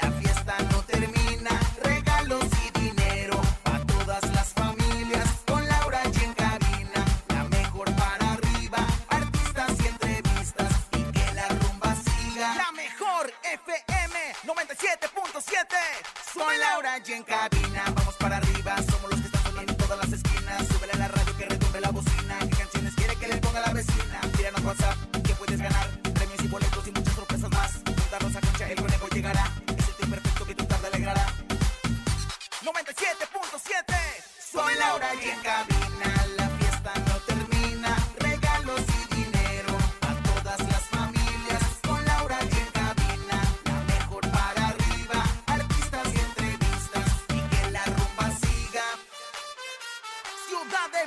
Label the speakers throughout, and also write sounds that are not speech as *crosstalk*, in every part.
Speaker 1: la fiesta no termina. Regalos y dinero para todas las familias. Con Laura y en cabina, la mejor para arriba. Artistas y entrevistas y que la rumba siga. La mejor FM 97.7. Soy Laura y en cabina, vamos para arriba. Somos los que están sonando en todas las esquinas. Súbele a la radio que retumbe la bocina. ¿Qué canciones quiere que le ponga la vecina? Tíranos WhatsApp que puedes ganar premios y boletos y muchas sorpresas más. Junta Rosa Concha, el conejo llegará. Es el tiempo perfecto que tu tarde alegrará. 97.7 Soy Laura y en cabina La fiesta no termina Regalos y dinero A todas las familias Con Laura y en cabina La mejor para arriba Artistas y entrevistas Y que la rumba siga Ciudad de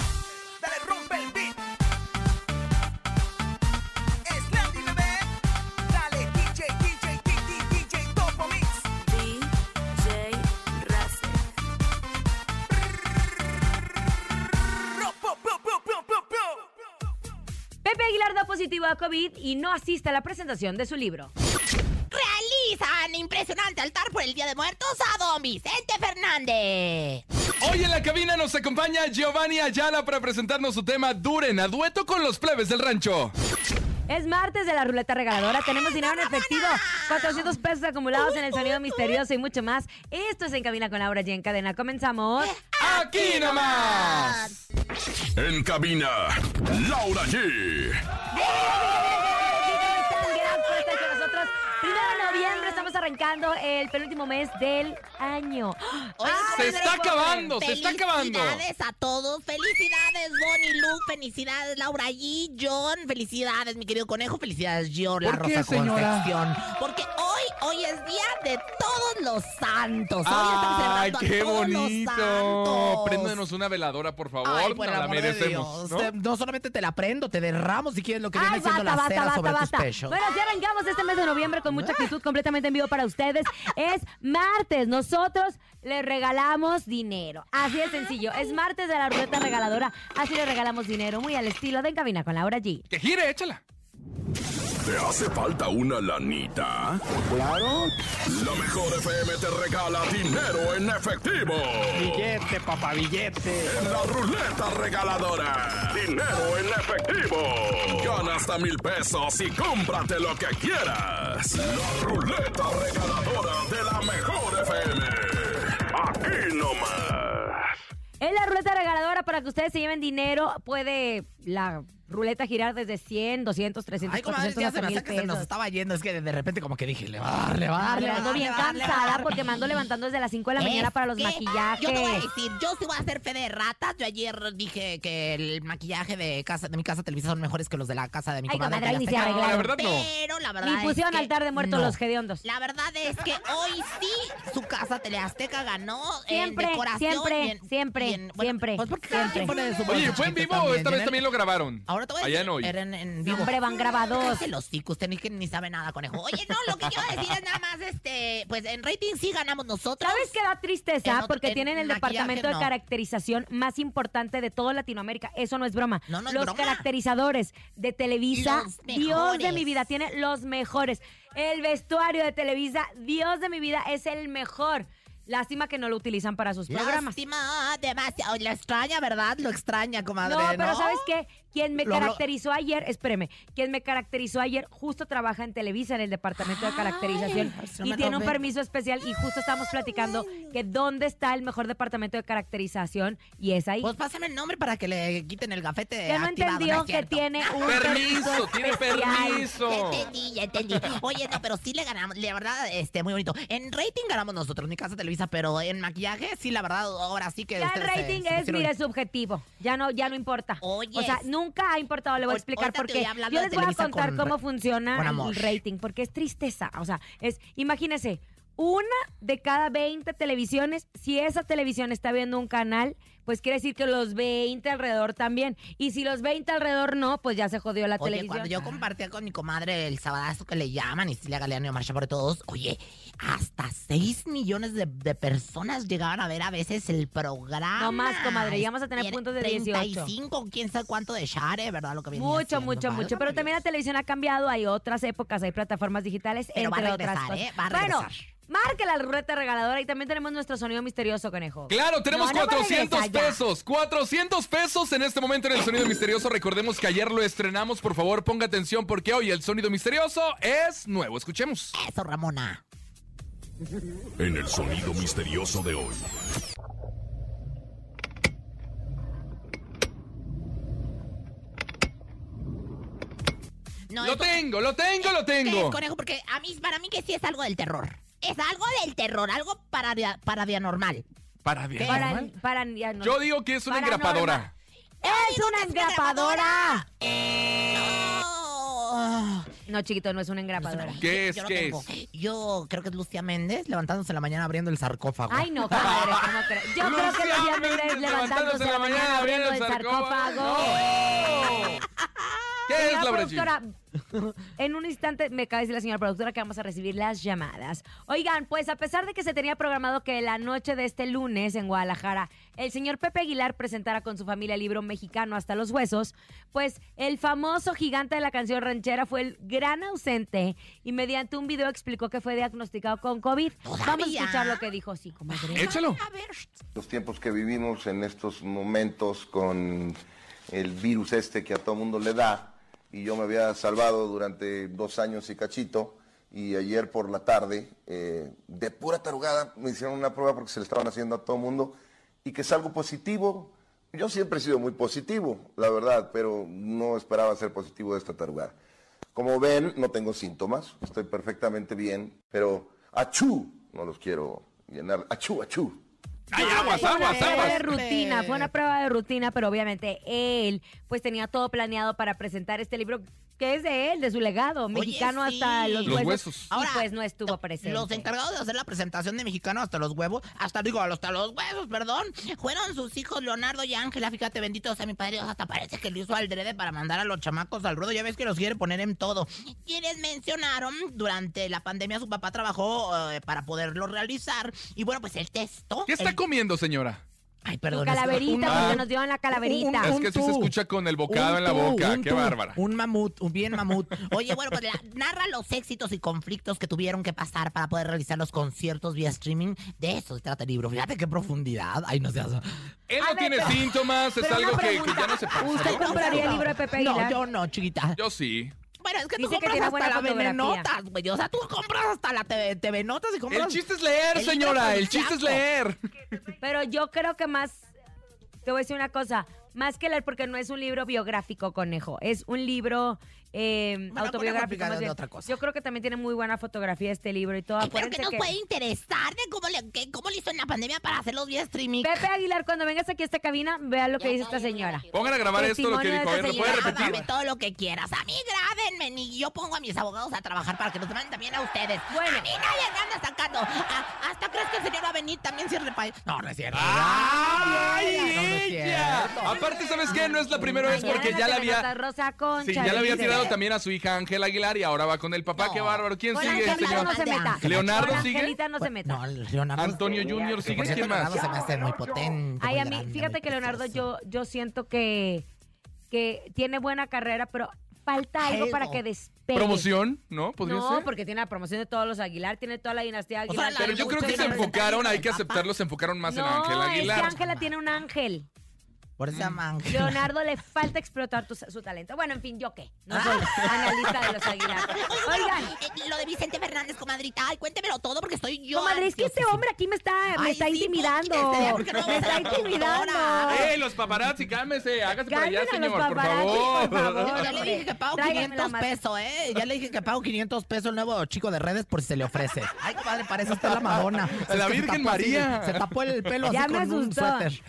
Speaker 1: dale rompe el beat. Es Landy bebé, dale DJ, DJ, DJ, DJ, Topo Mix.
Speaker 2: DJ Race.
Speaker 1: Ro, po, po, po, po, po, po.
Speaker 3: Pepe Aguilar da positivo a COVID y no asiste a la presentación de su libro.
Speaker 4: Realizan impresionante altar por el Día de Muertos a don Vicente Fernández.
Speaker 5: Hoy en la cabina nos acompaña Giovanni Ayala para presentarnos su tema Duren a dueto con los plebes del rancho.
Speaker 3: Es martes de la ruleta regaladora. Tenemos dinero en efectivo, 400 pesos acumulados en el sonido misterioso y mucho más. Esto es En Cabina con Laura G. en Cadena. Comenzamos.
Speaker 5: Eh. ¡Aquí nomás!
Speaker 6: En cabina, Laura G.
Speaker 3: Muchas gracias por estar con nosotros. Primero de noviembre estamos arrancando el penúltimo mes del año.
Speaker 4: Oye,
Speaker 3: Ah,
Speaker 5: se está acabando, se está acabando.
Speaker 4: Felicidades a todos. Felicidades, Bonnie Lu. Felicidades, Laura G. John. Felicidades, mi querido conejo. Felicidades, John, la
Speaker 5: ¿Por qué,
Speaker 4: Rosa
Speaker 5: señora?
Speaker 4: Concepción. Porque hoy, hoy es día de todos los santos. Hoy estamos
Speaker 5: ¡Ay,
Speaker 4: celebrando a
Speaker 5: qué
Speaker 4: todos los
Speaker 5: bonito!
Speaker 4: santos.
Speaker 5: Préndanos una veladora, por favor.
Speaker 4: Ay, por
Speaker 5: Nos
Speaker 4: el
Speaker 5: la
Speaker 4: amor de
Speaker 5: merecemos.
Speaker 4: Dios.
Speaker 5: ¿no?
Speaker 4: Te- no solamente te la prendo, te derramos si quieres lo que
Speaker 3: Ay,
Speaker 4: viene siendo la cera sobre tus pechos.
Speaker 3: Bueno, ya arrancamos este mes de noviembre con mucha
Speaker 4: *laughs*
Speaker 3: actitud completamente en vivo para ustedes. Es martes. Nosotros les regalamos dinero. Así de sencillo. Es martes de la ruleta regaladora. Así le regalamos dinero. Muy al estilo de En Cabina con Laura G.
Speaker 5: Que gire, échala.
Speaker 6: ¿Te hace falta una lanita? Claro. La mejor FM te regala dinero en efectivo.
Speaker 7: Billete, papá, billete.
Speaker 6: En la ruleta regaladora. Dinero en efectivo. Gana hasta mil pesos y cómprate lo que quieras. La ruleta regaladora de la mejor FM. Aquí nomás.
Speaker 3: Es la ruleta regaladora para que ustedes se lleven dinero. Puede la ruleta girar desde 100, 200, 300,
Speaker 4: Ay, comadre,
Speaker 3: 400,
Speaker 4: ya se
Speaker 3: hasta
Speaker 4: me
Speaker 3: 1000
Speaker 4: hace que se nos
Speaker 3: pesos.
Speaker 4: estaba yendo. Es que de, de repente como que dije, le va a dar, le va a dar, le va
Speaker 3: Ah,
Speaker 4: a
Speaker 3: Ando
Speaker 4: dar,
Speaker 3: bien
Speaker 4: le va a dar, le va a
Speaker 3: cansada
Speaker 4: dar.
Speaker 3: porque me ando levantando desde las 5 de la mañana
Speaker 4: Es
Speaker 3: para los
Speaker 4: que
Speaker 3: maquillajes.
Speaker 4: Yo te voy a decir, yo sí voy a hacer fe de ratas. Yo ayer dije que el maquillaje de casa de mi casa Televisa son mejores que los de la casa de mi
Speaker 3: Ay,
Speaker 4: comadre.
Speaker 3: comadre, ahí ni se
Speaker 4: Azteca.
Speaker 3: arreglaron.
Speaker 5: No, la verdad no.
Speaker 4: Pero la verdad
Speaker 3: Ni
Speaker 4: es
Speaker 3: pusieron
Speaker 4: que
Speaker 3: altar de muertos
Speaker 4: no.
Speaker 3: los hediondos.
Speaker 4: La verdad es que hoy sí su casa Teleazteca ganó
Speaker 3: Siempre,
Speaker 4: en decoración.
Speaker 3: siempre,
Speaker 4: y en-
Speaker 3: siempre,
Speaker 4: y en- bueno,
Speaker 3: siempre,
Speaker 4: Pues porque cada
Speaker 3: siempre.
Speaker 4: quien pone de su
Speaker 5: Oye,
Speaker 4: bolsa
Speaker 5: ¿fue en
Speaker 4: chiquita
Speaker 5: vivo o esta vez también lo grabaron?
Speaker 4: Ahora te voy a decir,
Speaker 5: Allá en hoy.
Speaker 4: era en, en vivo.
Speaker 3: Hombre, van grabados.
Speaker 4: Cállese los ticos, usted ni, que ni sabe nada, conejo. Oye, no, lo que yo iba a decir es nada más, este, pues en rating sí ganamos nosotros.
Speaker 3: ¿Sabes qué da
Speaker 4: En
Speaker 3: tristeza?
Speaker 4: otro-
Speaker 3: Porque
Speaker 4: en
Speaker 3: tienen el
Speaker 4: maquillaje,
Speaker 3: departamento de
Speaker 4: no.
Speaker 3: caracterización más importante de toda Latinoamérica. Eso no es broma.
Speaker 4: No, no es
Speaker 3: los
Speaker 4: broma.
Speaker 3: caracterizadores de Televisa,
Speaker 4: Los
Speaker 3: Dios de
Speaker 4: mejores.
Speaker 3: mi vida, tiene los mejores. El vestuario de Televisa, Dios de mi vida, es el mejor. Lástima que no lo utilizan para sus programas.
Speaker 4: Lástima, demasiado. La extraña, ¿verdad? Lo extraña, comadre.
Speaker 3: no, pero ¿sabes qué? Quien me
Speaker 4: Lo- lo-
Speaker 3: caracterizó ayer, espéreme, quien me caracterizó ayer justo trabaja en Televisa en el departamento de caracterización
Speaker 4: Ay, se
Speaker 3: y
Speaker 4: me
Speaker 3: tiene un
Speaker 4: antojé.
Speaker 3: permiso especial y justo estamos platicando que dónde está el mejor departamento de caracterización y es ahí.
Speaker 4: Pues pásame el nombre para que le quiten el gafete.
Speaker 3: Que no
Speaker 4: activado,
Speaker 3: entendió
Speaker 4: es
Speaker 3: que
Speaker 4: cierto.
Speaker 3: tiene un
Speaker 5: Permiso,
Speaker 3: permiso
Speaker 5: tiene
Speaker 3: especial.
Speaker 4: Ya
Speaker 5: permiso.
Speaker 4: entendí, ya entendí. Oye, no, pero sí le ganamos. La verdad, este, muy bonito. En rating ganamos nosotros. Mi casa Luisa, pero en maquillaje, sí, la verdad, ahora sí que.
Speaker 3: Ya el
Speaker 4: ustedes se-
Speaker 3: rating
Speaker 4: se
Speaker 3: es,
Speaker 4: pusieron-
Speaker 3: mira, subjetivo. Ya no, ya no importa.
Speaker 4: Oyes.
Speaker 3: O sea, nunca ha importado. Le voy a
Speaker 4: Ahor-
Speaker 3: explicar
Speaker 4: ahorita
Speaker 3: por
Speaker 4: te
Speaker 3: qué.
Speaker 4: voy hablando
Speaker 3: Yo
Speaker 4: de
Speaker 3: les voy a
Speaker 4: Televisa
Speaker 3: contar
Speaker 4: con
Speaker 3: cómo
Speaker 4: re-
Speaker 3: funciona
Speaker 4: con amor.
Speaker 3: el rating, porque es tristeza. O sea, es, imagínense, una de cada 20 televisiones, si esa televisión está viendo un canal, pues quiere decir que los 20 alrededor también. Y si los 20 alrededor no, pues ya se jodió la
Speaker 4: Oye,
Speaker 3: televisión.
Speaker 4: cuando yo compartía con mi comadre el sabadazo que le llaman y Silvia Galeano y Marcha por todos, oye, hasta 6 millones de, de personas llegaban a ver a veces el programa.
Speaker 3: No más, comadre, ya vamos a tener
Speaker 4: Tiene
Speaker 3: puntos de 18.
Speaker 4: 35, quién sabe cuánto de share, ¿verdad? Lo que venía
Speaker 3: Mucho,
Speaker 4: haciendo,
Speaker 3: mucho,
Speaker 4: válgame
Speaker 3: mucho. Pero también la
Speaker 4: Dios.
Speaker 3: televisión ha cambiado. Hay otras épocas, hay plataformas digitales,
Speaker 4: Pero va a
Speaker 3: entre otras
Speaker 4: regresar,
Speaker 3: cosas.
Speaker 4: ¿eh? Va a
Speaker 3: bueno,
Speaker 4: regresar.
Speaker 3: marque la ruleta regaladora y también tenemos nuestro sonido misterioso, conejo.
Speaker 5: Claro,
Speaker 3: No,
Speaker 5: tenemos
Speaker 3: no va a
Speaker 5: 400
Speaker 3: regresar ya.
Speaker 5: pesos. 400 pesos en este momento en el sonido misterioso. Recordemos que ayer lo estrenamos. Por favor, ponga atención porque hoy el sonido misterioso es nuevo. Escuchemos.
Speaker 4: Eso, Ramona.
Speaker 6: En el sonido misterioso de hoy.
Speaker 4: No,
Speaker 5: Lo
Speaker 4: esto-
Speaker 5: tengo, lo tengo, lo
Speaker 4: ¿Qué
Speaker 5: tengo.
Speaker 4: es, conejo? Porque a mí, para mí que sí es algo del terror. Es algo del terror, algo para paranormal.
Speaker 5: Para bien.
Speaker 3: Para, para- ya no.
Speaker 5: Yo digo que es una
Speaker 3: Paranormal.
Speaker 5: engrapadora.
Speaker 3: ¡Es una engrapadora!
Speaker 4: ¡No!
Speaker 3: No, chiquito, no es una engrapadora.
Speaker 5: ¿Qué es?
Speaker 4: Yo no
Speaker 5: ¿Qué
Speaker 4: tengo.
Speaker 5: es?
Speaker 4: Yo creo que es Lucía Méndez levantándose en la mañana abriendo el sarcófago.
Speaker 3: Ay, no, comadre, ¿cómo crees? Yo creo *laughs* que
Speaker 5: Lucía
Speaker 3: Lucía
Speaker 5: Méndez
Speaker 3: Méndez levantándose a la mañana abriendo el sarcófago.
Speaker 5: ¡No! ¿Qué es,
Speaker 3: Señora
Speaker 5: Laura G?
Speaker 3: productora, *laughs* en un instante me cae de decir la señora productora que vamos a recibir las llamadas. Oigan, pues a pesar de que se tenía programado que la noche de este lunes en Guadalajara el señor Pepe Aguilar presentara con su familia el libro mexicano hasta los huesos, pues el famoso gigante de la canción ranchera fue el gran ausente y mediante un video explicó que fue diagnosticado con COVID. Vamos a
Speaker 4: ¿Todavía?
Speaker 3: escuchar lo que dijo, sí, comadre.
Speaker 5: Échalo.
Speaker 4: A ver.
Speaker 8: los tiempos que vivimos en estos momentos con el virus este que a todo mundo le da, y yo me había salvado durante dos años y cachito, y ayer por la tarde, eh, de pura tarugada, me hicieron una prueba porque se le estaban haciendo a todo mundo, y que es algo positivo. Yo siempre he sido muy positivo, la verdad, pero no esperaba ser positivo de esta tarugada. Como ven, no tengo síntomas, estoy perfectamente bien, pero achú, no los quiero llenar, achú, achú.
Speaker 5: ¡Ay, aguas,
Speaker 3: Fue una
Speaker 5: aguas,
Speaker 3: prueba
Speaker 5: aguas!
Speaker 3: de rutina, fue una prueba de rutina, pero obviamente él pues tenía todo planeado para presentar este libro que es de él, de su legado, mexicano
Speaker 4: sí.
Speaker 3: hasta los,
Speaker 5: Los
Speaker 3: huesos.
Speaker 5: huesos.
Speaker 3: Y pues no estuvo presente.
Speaker 4: Los encargados de hacer la presentación de Mexicano hasta los huevos, hasta digo, hasta los huesos, perdón, fueron sus hijos Leonardo y Ángela, fíjate, bendito sea mi padre, Dios, hasta parece que lo hizo al drede para mandar a los chamacos al ruedo, ya ves que los quiere poner en todo. Quienes mencionaron, durante la pandemia su papá trabajó eh, para poderlo realizar, y bueno, pues el texto...
Speaker 5: ¿Qué está Ah,
Speaker 4: el-
Speaker 5: comiendo, señora?
Speaker 4: Ay,
Speaker 3: Su
Speaker 4: perdón. es-
Speaker 3: calaverita,
Speaker 5: una-
Speaker 3: porque nos dieron la calaverita.
Speaker 5: Es que sí se escucha con el bocado
Speaker 4: Un
Speaker 5: en la
Speaker 4: tú,
Speaker 5: boca.
Speaker 4: un
Speaker 5: ¡Qué
Speaker 4: tú,
Speaker 5: bárbara!
Speaker 4: Un mamut, un bien mamut. Oye, bueno, pues la- narra los éxitos y conflictos que tuvieron que pasar para poder realizar los conciertos vía streaming. De eso se trata el libro. Fíjate qué profundidad. Ay, no seas.
Speaker 5: Él
Speaker 3: A
Speaker 5: no
Speaker 3: ver,
Speaker 5: tiene
Speaker 3: pero-
Speaker 5: síntomas, es
Speaker 3: pero una
Speaker 5: algo que, que
Speaker 3: pregunta.
Speaker 5: ya no se pasa.
Speaker 3: ¿Usted
Speaker 5: ¿no?
Speaker 3: compraría el libro de Pepe
Speaker 4: No,
Speaker 3: Aguilar?
Speaker 4: yo no, chiquita.
Speaker 5: Yo sí.
Speaker 4: Bueno, es que tú
Speaker 3: Dice que
Speaker 4: compras
Speaker 3: tiene buena
Speaker 4: hasta la
Speaker 3: fotografía.
Speaker 4: Venenotas, güey. O sea, tú compras hasta la TV, TV Notas y compras.
Speaker 5: El chiste es leer,
Speaker 4: el libro
Speaker 5: señora.
Speaker 4: con
Speaker 5: El chiste es
Speaker 4: saco.
Speaker 5: leer.
Speaker 3: Pero yo creo que más, te voy a decir una cosa, más que leer, porque no es un libro biográfico, conejo, es un libro eh,
Speaker 4: Bueno,
Speaker 3: autobiográfico.
Speaker 4: Conejo
Speaker 3: más
Speaker 4: explicando
Speaker 3: bien.
Speaker 4: otra cosa.
Speaker 3: Yo creo que también tiene muy buena fotografía este libro y todo.
Speaker 4: Ay, pero que
Speaker 3: Acuérdense
Speaker 4: nos
Speaker 3: que-
Speaker 4: puede interesar de cómo le, que- cómo le hizo en la pandemia para hacerlos vía streaming.
Speaker 3: Pepe Aguilar, cuando vengas aquí a esta cabina, vea lo que dice esta señora.
Speaker 5: Pongan a grabar esto lo que
Speaker 3: Testimonio
Speaker 5: dijo.
Speaker 3: de
Speaker 5: A ver, ¿lo puede
Speaker 3: esa señora.
Speaker 5: repetir?
Speaker 4: Grábame todo lo que quieras. A mí grábenme y yo pongo a mis abogados a trabajar para que los manden también a ustedes.
Speaker 3: Bueno.
Speaker 4: A mí nadie me anda sacando. A- hasta crees que el señor va a venir también cierre país. No, no es cierto.
Speaker 5: ¡Ay,
Speaker 4: No, no es
Speaker 5: ella! Ah,
Speaker 4: cierto.
Speaker 5: Aparte, ¿sabes qué? No es la primera vez
Speaker 3: Mañana
Speaker 5: porque
Speaker 3: en
Speaker 5: ya la
Speaker 3: telenota
Speaker 5: había...
Speaker 3: Rosa Concha,
Speaker 5: Sí, ya la había
Speaker 3: dice.
Speaker 5: tirado también a su hija Ángela Aguilar y ahora va con el papá.
Speaker 4: No.
Speaker 5: ¡Qué bárbaro! ¿Quién
Speaker 3: Con
Speaker 5: sigue,
Speaker 3: Angelita
Speaker 5: señor?
Speaker 3: no se meta.
Speaker 5: ¿Leonardo
Speaker 3: Con
Speaker 5: sigue?
Speaker 3: Angelita no se meta.
Speaker 4: No, Leonardo.
Speaker 5: Antonio Junior
Speaker 4: Que
Speaker 5: sigue.
Speaker 4: por cierto,
Speaker 5: ¿Quién más?
Speaker 4: Leonardo se me hace muy potente.
Speaker 3: Ay,
Speaker 4: muy
Speaker 3: a mí,
Speaker 4: grande,
Speaker 3: fíjate
Speaker 4: muy
Speaker 3: que Leonardo,
Speaker 4: precioso.
Speaker 3: yo, yo siento que, que tiene buena carrera, pero falta algo
Speaker 4: Algo.
Speaker 3: para que despegue.
Speaker 5: ¿Promoción? ¿No? ¿Podría
Speaker 3: No,
Speaker 5: ser?
Speaker 3: porque tiene la promoción de todos los Aguilar, tiene toda la dinastía
Speaker 4: sea,
Speaker 3: Aguilar.
Speaker 4: la-
Speaker 5: Pero yo creo que se
Speaker 4: Tiene
Speaker 5: enfocaron, hay que
Speaker 4: papá.
Speaker 5: aceptarlo, se enfocaron más en
Speaker 3: no, es
Speaker 5: Ángela
Speaker 3: que
Speaker 5: Aguilar.
Speaker 3: Ángela tiene un ángel.
Speaker 4: Por eso se llama
Speaker 3: *laughs*
Speaker 4: Ángel.
Speaker 3: Leonardo le falta explotar tu- su talento. Bueno, en fin, yo qué. No soy
Speaker 4: *laughs*
Speaker 3: analista de los Aguilar. Oigan,
Speaker 9: Eh, Lo de Vicente Fernández, comadrita. Ay, cuéntemelo todo porque estoy yo.
Speaker 3: comadre, es que este
Speaker 9: ansiosísima.
Speaker 3: hombre aquí me está, me
Speaker 9: Ay,
Speaker 3: está
Speaker 9: sí,
Speaker 3: intimidando.
Speaker 9: pues, porque
Speaker 3: me
Speaker 9: no ves a
Speaker 3: está
Speaker 9: la
Speaker 3: intimidando.
Speaker 9: productora.
Speaker 5: ¡Eh, los paparazzi, cálmese! Hágase para
Speaker 3: Calmen
Speaker 5: allá,
Speaker 3: a los
Speaker 5: señor, por
Speaker 3: paparazzi,
Speaker 5: favor.
Speaker 3: por favor.
Speaker 9: Yo le dije que pago
Speaker 3: Tráigame
Speaker 9: 500
Speaker 3: la mas-
Speaker 9: pesos, ¿eh?
Speaker 4: Eh, ya le dije que pago 500 pesos el nuevo chico de redes por si se le
Speaker 5: *laughs*
Speaker 4: ofrece. Ay, compadre, parece usted la Madonna.
Speaker 5: La
Speaker 4: Es que se
Speaker 5: Virgen
Speaker 4: tapó así,
Speaker 5: María.
Speaker 4: se tapó el pelo así
Speaker 3: Ya me
Speaker 4: con un
Speaker 3: asustó.
Speaker 4: suéter.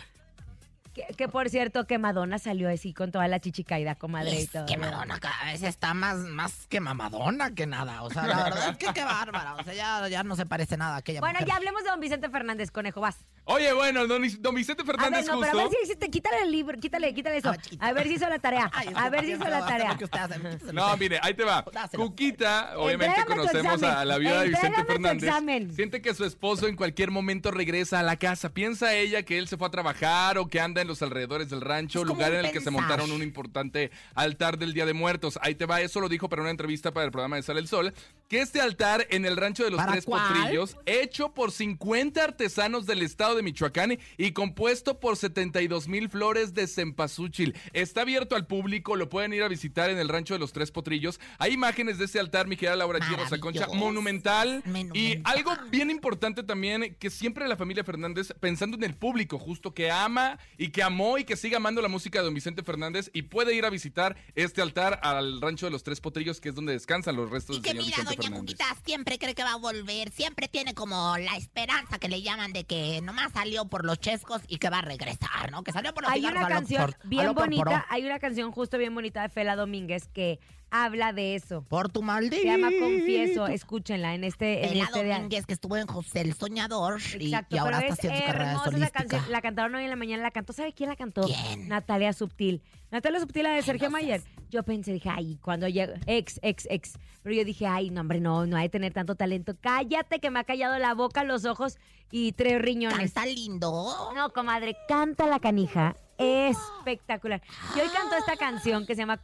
Speaker 3: Que, que, por cierto, que Madonna salió así con toda la chichicaída, comadre y
Speaker 4: Es
Speaker 3: todo.
Speaker 4: que Madonna cada vez está más, más que mamadona que nada. O sea, la verdad es que qué bárbara. O sea, ya, ya no se parece nada a aquella
Speaker 3: Bueno,
Speaker 4: mujer.
Speaker 3: ya hablemos de don Vicente Fernández, conejo, vas.
Speaker 5: Oye, bueno, don, don Vicente
Speaker 3: A ver,
Speaker 5: Fernández
Speaker 3: no, pero a
Speaker 5: justo.
Speaker 3: ver si, si te quítale el libro, quítale, quítale eso.
Speaker 4: Ah, chiquita.
Speaker 3: A ver si hizo la tarea.
Speaker 4: Ay, es que
Speaker 3: A ver
Speaker 4: también
Speaker 3: si hizo la
Speaker 4: se va a hacer
Speaker 3: tarea.
Speaker 4: lo que usted hace, quítaselo.
Speaker 5: No, mire, ahí te va.
Speaker 4: Dáselo.
Speaker 5: Cuquita, obviamente
Speaker 3: Entrégame tu
Speaker 5: conocemos
Speaker 3: examen.
Speaker 5: a la viuda de Vicente
Speaker 3: Entrégame tu
Speaker 5: Fernández.
Speaker 3: examen.
Speaker 5: Siente que su esposo en cualquier momento regresa a la casa. Piensa ella que él se fue a trabajar o que anda en los alrededores del rancho,
Speaker 9: Es como
Speaker 5: lugar
Speaker 9: un
Speaker 5: en el que se
Speaker 9: pensar.
Speaker 5: montaron un importante altar del Día de Muertos. Ahí te va, eso lo dijo para una entrevista para el programa de Sale el Sol, que este altar en el rancho de los
Speaker 4: ¿Para
Speaker 5: Tres
Speaker 4: cuál?
Speaker 5: Potrillos, hecho por 50 artesanos del estado de Michoacán y compuesto por 72 mil flores de cempasúchil. Está abierto al público, lo pueden ir a visitar en el rancho de los Tres Potrillos. Hay imágenes de este altar, mi querida Laura G. Rosa Concha,
Speaker 9: Maravilloso.
Speaker 5: monumental. Y
Speaker 9: Monumental.
Speaker 5: algo bien importante también, que siempre la familia Fernández, pensando en el público justo, que ama y que amó y que sigue amando la música de don Vicente Fernández y puede ir a visitar este altar al rancho de los Tres Potrillos, que es donde descansan los restos
Speaker 9: Y
Speaker 5: del
Speaker 9: que
Speaker 5: señor
Speaker 9: mira,
Speaker 5: Pues Vicente
Speaker 9: doña
Speaker 5: Fernández.
Speaker 9: Cuquita siempre cree que va a volver, siempre tiene como la esperanza que le llaman de que nomás salió por los chescos y que va a regresar, ¿no? Que salió por los
Speaker 3: Hay
Speaker 9: cigarros
Speaker 3: una
Speaker 9: a lo
Speaker 3: canción
Speaker 9: por- a
Speaker 3: bien
Speaker 9: lo por- por-
Speaker 3: bonita, hay una canción justo bien bonita de Fela Domínguez que habla de eso.
Speaker 4: Por tu maldito.
Speaker 3: Se llama Confieso, escúchenla en este, en
Speaker 9: Fela
Speaker 3: este día.
Speaker 9: Domínguez, que estuvo en José el Soñador y,
Speaker 3: Exacto,
Speaker 9: y ahora
Speaker 3: pero
Speaker 9: está
Speaker 3: es
Speaker 9: haciendo su carrera
Speaker 3: hermosa esa
Speaker 9: solística.
Speaker 3: canción. La cantaron hoy en la mañana, la cantó, ¿sabe quién la cantó?
Speaker 9: ¿Quién?
Speaker 3: Natalia Subtil. Natalia Subtil, la de Sergio
Speaker 9: no
Speaker 3: Mayer. Yo pensé, dije, ay, cuando llega, ex, ex, ex. Pero yo dije, ay, no, hombre, no, no hay que tener tanto talento. Cállate que me ha callado la boca, los ojos y tres riñones.
Speaker 9: Canta lindo.
Speaker 3: No, comadre, canta la canija. Espectacular. Y hoy cantó esta canción que se llama.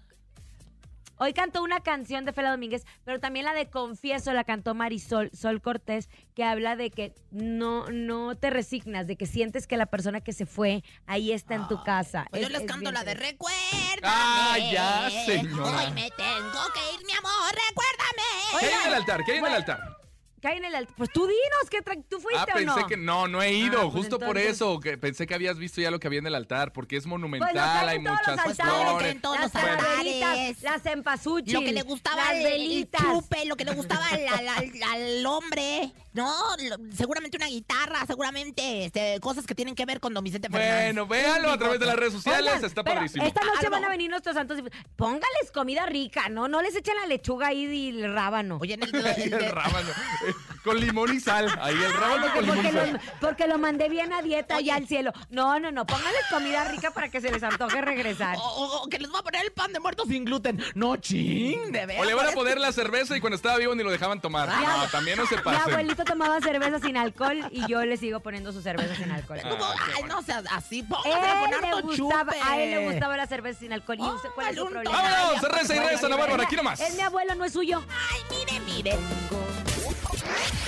Speaker 3: Hoy cantó una canción de Fela Domínguez, pero también la de Confieso la cantó Marisol Sol Cortés, que habla de que no, no te resignas, de que sientes que la persona que se fue ahí está en tu casa.
Speaker 9: Pues yo
Speaker 3: Es-
Speaker 9: les
Speaker 3: es
Speaker 9: canto
Speaker 3: bien
Speaker 9: la de
Speaker 3: triste.
Speaker 9: recuérdame.
Speaker 5: Ah, ya, señora.
Speaker 9: Hoy me tengo que ir, mi amor,
Speaker 5: ¿Qué
Speaker 9: recuérdame.
Speaker 5: hay en el altar? ¿Qué hay en el
Speaker 3: Bueno,
Speaker 5: altar?
Speaker 3: Cae en el alt- Pues tú dinos, ¿qué tra- ¿tú fuiste
Speaker 5: Ah,
Speaker 3: o no?
Speaker 5: pensé que no, no he ido,
Speaker 3: Ah, pues
Speaker 5: justo por
Speaker 3: entonces-
Speaker 5: eso, que pensé que habías visto ya lo que había en el altar, porque es monumental,
Speaker 3: Pues lo traen
Speaker 5: hay
Speaker 3: todos los
Speaker 5: muchas
Speaker 3: altares,
Speaker 5: flores.
Speaker 9: traen Pues todos
Speaker 3: las
Speaker 9: los altares.
Speaker 3: calaveritas, las empasuchis,
Speaker 9: Lo que le gustaba
Speaker 3: las
Speaker 9: al
Speaker 3: velitas.
Speaker 9: chupe, lo que le gustaba al, al- al- al hombre, ¿no? Lo- seguramente una guitarra, seguramente este, cosas que tienen que ver con Don Vicente Fernández.
Speaker 5: Bueno, véalo a través de las redes sociales,
Speaker 3: Oigan,
Speaker 5: está
Speaker 3: pero
Speaker 5: padrísimo.
Speaker 3: Esta noche
Speaker 9: Algo.
Speaker 3: van a venir nuestros santos. y- Póngales comida rica, ¿no? No les echen la lechuga ahí y el rábano.
Speaker 9: Oye, *laughs* en el, el-
Speaker 5: Ahí
Speaker 9: el-
Speaker 5: el rábano, eh, con limón y sal, ahí
Speaker 9: Ah,
Speaker 5: el rábano con limón
Speaker 3: porque,
Speaker 5: y
Speaker 3: lo,
Speaker 5: sal.
Speaker 3: porque lo mandé bien a dieta
Speaker 9: Oye.
Speaker 3: y al cielo. No, no, no. Póngales comida rica para que se les antoje regresar.
Speaker 9: Oh.
Speaker 4: O, o- o que les va a poner el pan de muertos sin gluten. No, ching, de veras.
Speaker 5: O le van a poner la cerveza y cuando estaba vivo ni lo dejaban tomar. Ah, No, también no se
Speaker 3: Mi
Speaker 5: pasen.
Speaker 3: abuelito tomaba cerveza sin alcohol y yo le sigo poniendo su cerveza sin alcohol.
Speaker 5: Ah.
Speaker 9: Como, ay, no seas así, póngase a
Speaker 3: Él
Speaker 9: poner
Speaker 3: le
Speaker 9: harto
Speaker 3: gustaba,
Speaker 9: chupe.
Speaker 3: a él le gustaba la cerveza sin alcohol. ¿Y
Speaker 9: Oh,
Speaker 3: usted cuál es su
Speaker 9: dale un
Speaker 3: problema?
Speaker 5: ¡Vámonos!
Speaker 9: Ya,
Speaker 5: Reza y
Speaker 9: pues,
Speaker 5: reza, la
Speaker 9: bueno,
Speaker 5: bárbara, aquí nomás.
Speaker 3: Es mi abuelo, no es suyo.
Speaker 9: Ay, mire, mire.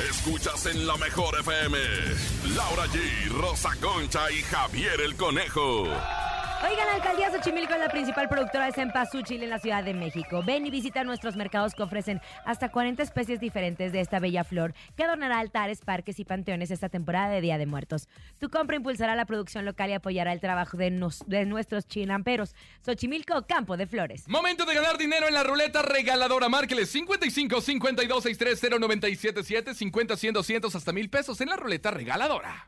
Speaker 6: Escuchas en la mejor FM. Laura G, Rosa Concha y Javier el Conejo.
Speaker 3: Oigan, la alcaldía Xochimilco es la principal productora de cempasúchil en la Ciudad de México. Ven y visita nuestros mercados que ofrecen hasta 40 especies diferentes de esta bella flor que adornará altares, parques y panteones esta temporada de Día de Muertos. Tu compra impulsará la producción local y apoyará el trabajo de, nos- de nuestros chinamperos. Xochimilco, Campo de Flores.
Speaker 5: Momento de ganar dinero en la ruleta regaladora. Márqueles 55 52 630 977 50 100 200 hasta mil pesos en la ruleta regaladora.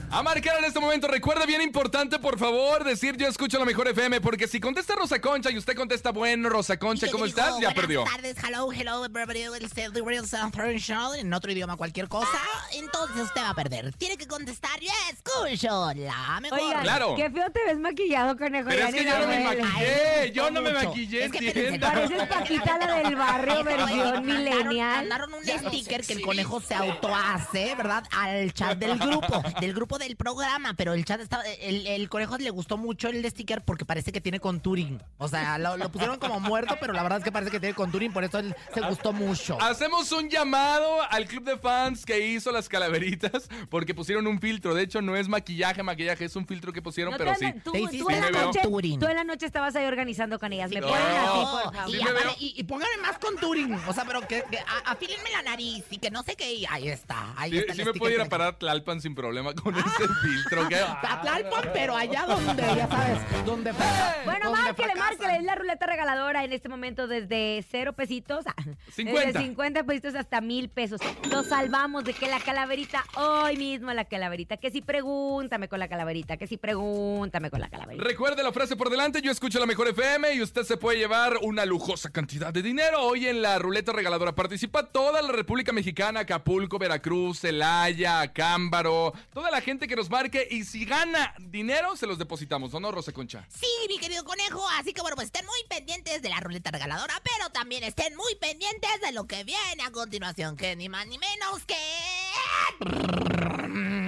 Speaker 5: A marcar en este momento, recuerda bien importante, por favor, decir yo escucho la mejor FM, porque si contesta Rosa Concha y usted contesta bueno, Rosa Concha,
Speaker 9: Y
Speaker 5: ¿cómo
Speaker 9: que dijo,
Speaker 5: estás? Ya
Speaker 9: "Buenas
Speaker 5: perdió.
Speaker 9: tardes, hello, hello, everybody, it's the real Southern Show", en otro idioma, cualquier cosa.
Speaker 3: Ah.
Speaker 9: Entonces usted va a perder. Tiene que contestar, yo escucho la mejor.
Speaker 3: Oigan,
Speaker 5: Claro.
Speaker 3: qué feo te ves maquillado, conejo.
Speaker 5: Pero
Speaker 3: ya
Speaker 5: es
Speaker 3: ni
Speaker 5: que
Speaker 3: la
Speaker 5: yo no me
Speaker 3: hueles.
Speaker 5: maquillé, yo no me
Speaker 9: mucho.
Speaker 5: maquillé,
Speaker 9: Es que fíjense,
Speaker 5: entienda.
Speaker 3: Pareces Paquita la del barrio, versión
Speaker 9: Este, Mandaron-
Speaker 3: millennial.
Speaker 9: Mandaron un sticker que el conejo se autohace, ¿verdad? Al chat del grupo, del grupo del programa, pero el chat estaba. El, el conejo le gustó mucho el sticker porque parece que tiene conturing. O sea, lo, lo pusieron como muerto, pero la verdad es que parece que tiene conturing, por eso él se gustó mucho.
Speaker 5: Hacemos un llamado al club de fans que hizo las calaveritas porque pusieron un filtro. De hecho, no es maquillaje, maquillaje es un filtro que pusieron,
Speaker 3: No
Speaker 5: pero
Speaker 3: te
Speaker 5: sí.
Speaker 3: andan- tú,
Speaker 9: Te
Speaker 3: tú
Speaker 9: hiciste
Speaker 3: en la
Speaker 5: un
Speaker 3: noche,
Speaker 9: turín.
Speaker 3: tú en la noche estabas ahí organizando con ellas. Me ponen
Speaker 5: claro.
Speaker 3: así,
Speaker 9: No,
Speaker 3: por favor.
Speaker 5: Sí
Speaker 9: y,
Speaker 5: me veo.
Speaker 9: aparte- y- y pónganle más conturing. O sea, pero que, que a- afílenme la nariz y que no sé qué. y ahí está. Ahí
Speaker 5: Sí,
Speaker 9: está el
Speaker 5: sí me
Speaker 9: sticker
Speaker 5: puedo ir
Speaker 9: que
Speaker 5: a parar a Tlalpan sin problema con ese filtro.
Speaker 9: *laughs*
Speaker 5: qué
Speaker 9: A Tlalpan,
Speaker 5: bárbaro.
Speaker 9: pero allá donde, ya sabes, donde fraca-
Speaker 3: Bueno,
Speaker 9: donde
Speaker 3: márquele,
Speaker 9: fracasan.
Speaker 3: márquele. Es la ruleta regaladora en este momento desde cero pesitos. *laughs* ah,
Speaker 5: 50.
Speaker 3: Desde 50 pesitos hasta mil pesos. Lo salvamos de que la calaverita, hoy mismo la calaverita, que si pregúntame con la calaverita, que si pregúntame con la calaverita.
Speaker 5: Recuerde la frase por delante, yo escucho la mejor FM y usted se puede llevar una lujosa cantidad de dinero. Hoy en la ruleta regaladora participa toda la República Mexicana, Acapulco, Veracruz, Celaya, Cámbaro, toda la gente que nos marque y si gana dinero se los depositamos, ¿o no, Rosa Concha?
Speaker 9: Sí, mi querido conejo. Así que bueno, pues estén muy pendientes de la ruleta regaladora, pero también estén muy pendientes de lo que viene a continuación, que ni más ni menos que.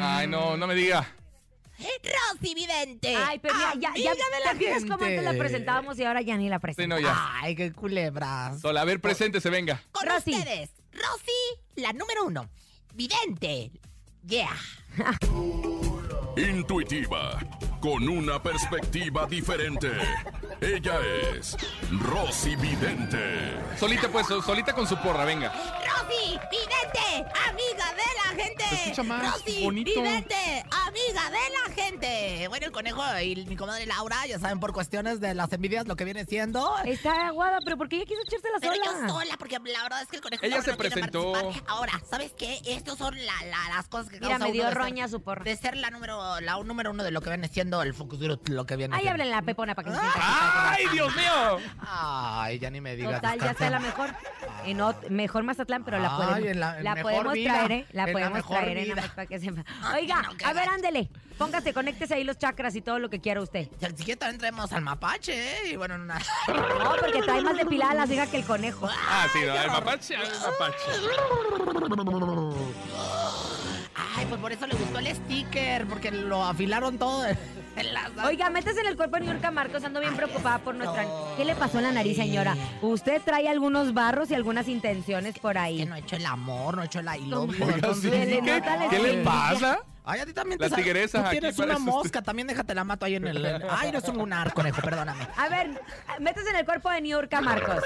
Speaker 5: Ay, no, no me diga.
Speaker 9: Rosy Vidente.
Speaker 3: Ay, pero mira, ya, ya
Speaker 9: amiga de la
Speaker 3: ¿te fijas cómo antes la
Speaker 9: gente.
Speaker 3: presentábamos y ahora ya ni la
Speaker 5: Sí,
Speaker 3: presentamos.
Speaker 5: no, ya.
Speaker 9: Ay, qué culebras.
Speaker 5: Sol, a ver, presente, se venga.
Speaker 9: Con
Speaker 3: Rosy.
Speaker 9: ustedes, Rosy, la número uno. Vidente. Yeah.
Speaker 6: Intuitiva, con una perspectiva diferente. Ella es Rosy Vidente.
Speaker 5: Solita, pues, sol- solita con su porra, venga.
Speaker 9: Rosy, vidente, amiga de la gente.
Speaker 7: Se escucha más
Speaker 9: Rosy,
Speaker 5: bonito.
Speaker 9: vidente, amiga de la gente. Eh, Bueno, el conejo y mi comadre Laura, ya saben, por cuestiones de las envidias, lo que viene siendo.
Speaker 3: Está aguada, pero ¿por qué ella quiso echársela
Speaker 9: Pero
Speaker 3: sola?
Speaker 9: yo sola, porque la verdad es que el conejo
Speaker 5: Ella
Speaker 9: Laura
Speaker 5: se
Speaker 9: no quiere
Speaker 5: presentó.
Speaker 9: participar. Ahora, ¿sabes qué? Estos son la- la- las cosas que
Speaker 3: Mira,
Speaker 9: causa
Speaker 3: me
Speaker 9: uno
Speaker 3: dio
Speaker 9: de ser-
Speaker 3: roña su porra.
Speaker 9: De ser la número, la número uno de lo que viene siendo el Focus Group, lo que viene
Speaker 3: Ahí
Speaker 9: siendo.
Speaker 3: hablen la pepona para que se
Speaker 9: Ah,
Speaker 3: sienta. aquí.
Speaker 5: ¡Ay, Dios mío!
Speaker 7: Ay, ya ni me digas.
Speaker 3: Total, ya
Speaker 7: descansa.
Speaker 3: sea la mejor. En ot- mejor Mazatlán, pero la
Speaker 7: Ay,
Speaker 3: podemos,
Speaker 7: en la- en mejor
Speaker 3: podemos
Speaker 7: vida,
Speaker 3: traer, ¿eh? La
Speaker 7: en la
Speaker 3: podemos
Speaker 7: mejor
Speaker 3: traer, ¿eh? Nada
Speaker 7: vida.
Speaker 3: más para que sepa.
Speaker 9: Ay,
Speaker 3: Oiga,
Speaker 9: no, qué
Speaker 3: a ver,
Speaker 9: gacho.
Speaker 3: ándele. Póngase, conéctese ahí los chakras y todo lo que quiera usted.
Speaker 9: Si quieres, también traemos al mapache, ¿eh? Y bueno, una...
Speaker 3: *laughs* No, porque trae más depilada la ceja que el conejo.
Speaker 5: Ah, sí, no, el mapache, el *laughs* mapache.
Speaker 9: Ay, pues por eso le gustó el sticker, porque lo afilaron todo en *laughs* las...
Speaker 3: Oiga, métese en el cuerpo de Niurka Marcos, ando bien preocupada por nuestra... ¿Qué le pasó en la nariz, señora? Usted trae algunos barros y algunas intenciones por
Speaker 9: Que
Speaker 3: ahí.
Speaker 9: no he hecho el amor, no he hecho la I
Speaker 3: Toma.
Speaker 9: love you,
Speaker 3: Oiga,
Speaker 5: sí,
Speaker 9: entonces-
Speaker 3: Se le
Speaker 5: ¿qué,
Speaker 3: nota la
Speaker 5: ¿qué le
Speaker 3: estrella.
Speaker 5: pasa?
Speaker 9: Ay, a ti también
Speaker 5: Las
Speaker 9: te sale-
Speaker 5: tigresas
Speaker 9: tú
Speaker 5: aquí
Speaker 9: tienes una
Speaker 5: parece
Speaker 9: mosca, también déjate la mato ahí en el... en- Ay, no es un lunar, conejo, perdóname.
Speaker 3: A ver, métese en el cuerpo de Niurka Marcos.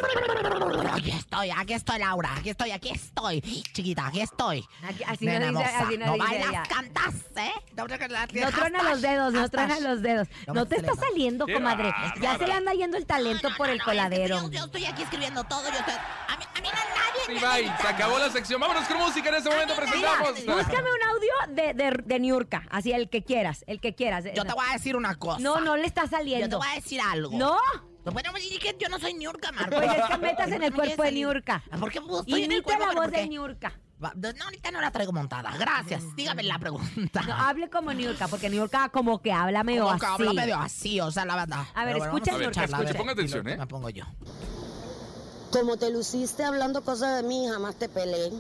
Speaker 9: Aquí estoy, aquí estoy, Laura, aquí estoy, aquí estoy. Chiquita, aquí estoy.
Speaker 3: Aquí- así no
Speaker 9: Nena
Speaker 3: dice-
Speaker 9: hermosa,
Speaker 3: así no dice
Speaker 9: bailas,
Speaker 3: ella.
Speaker 9: cantas, ¿eh? No,
Speaker 3: No truena los dedos, no truena los dedos.
Speaker 9: No me
Speaker 3: No te
Speaker 9: sale
Speaker 3: está
Speaker 9: nada.
Speaker 3: saliendo,
Speaker 5: Qué
Speaker 3: comadre. Ya se le anda yendo el talento
Speaker 9: No, no,
Speaker 3: por
Speaker 9: no,
Speaker 3: el
Speaker 9: no,
Speaker 3: coladero.
Speaker 9: es que Yo, yo estoy aquí escribiendo todo, yo estoy... A mí, a mí no nadie
Speaker 5: Sí,
Speaker 9: me
Speaker 5: bye,
Speaker 9: grita.
Speaker 5: se acabó la sección. Vámonos con música, en este momento presentamos.
Speaker 3: Búscame un audio de, de, de Niurka, así el que quieras, el que quieras.
Speaker 9: Yo te voy a decir una cosa.
Speaker 3: No, no le está
Speaker 9: Yo te
Speaker 3: saliendo.
Speaker 9: voy a decir algo.
Speaker 3: No,
Speaker 9: No podemos decir que yo no soy Niurka, Marco.
Speaker 3: pues es que metas en el
Speaker 9: No
Speaker 3: cuerpo de
Speaker 9: quieres salir.
Speaker 3: Niurka.
Speaker 9: Ah, ¿Por qué pues, estoy en el
Speaker 3: Imita
Speaker 9: cuerpo?
Speaker 3: la
Speaker 9: pero
Speaker 3: voz
Speaker 9: por
Speaker 3: de
Speaker 9: qué?
Speaker 3: Niurka.
Speaker 9: Va- No, ahorita no la traigo montada. Gracias. Dígame la pregunta.
Speaker 3: No, hable como Niurka, porque Niurka como que habla medio
Speaker 9: Como que habla
Speaker 3: así.
Speaker 9: medio así, o sea, la verdad.
Speaker 3: A ver,
Speaker 9: Pero bueno,
Speaker 3: escucha,
Speaker 9: vamos
Speaker 3: Niurka,
Speaker 9: escucharla, a
Speaker 5: escucha,
Speaker 9: ver.
Speaker 5: ponga atención,
Speaker 9: Y luego
Speaker 5: ¿eh?
Speaker 9: Me pongo yo.
Speaker 10: Como te luciste hablando cosas de mí, jamás te peleé.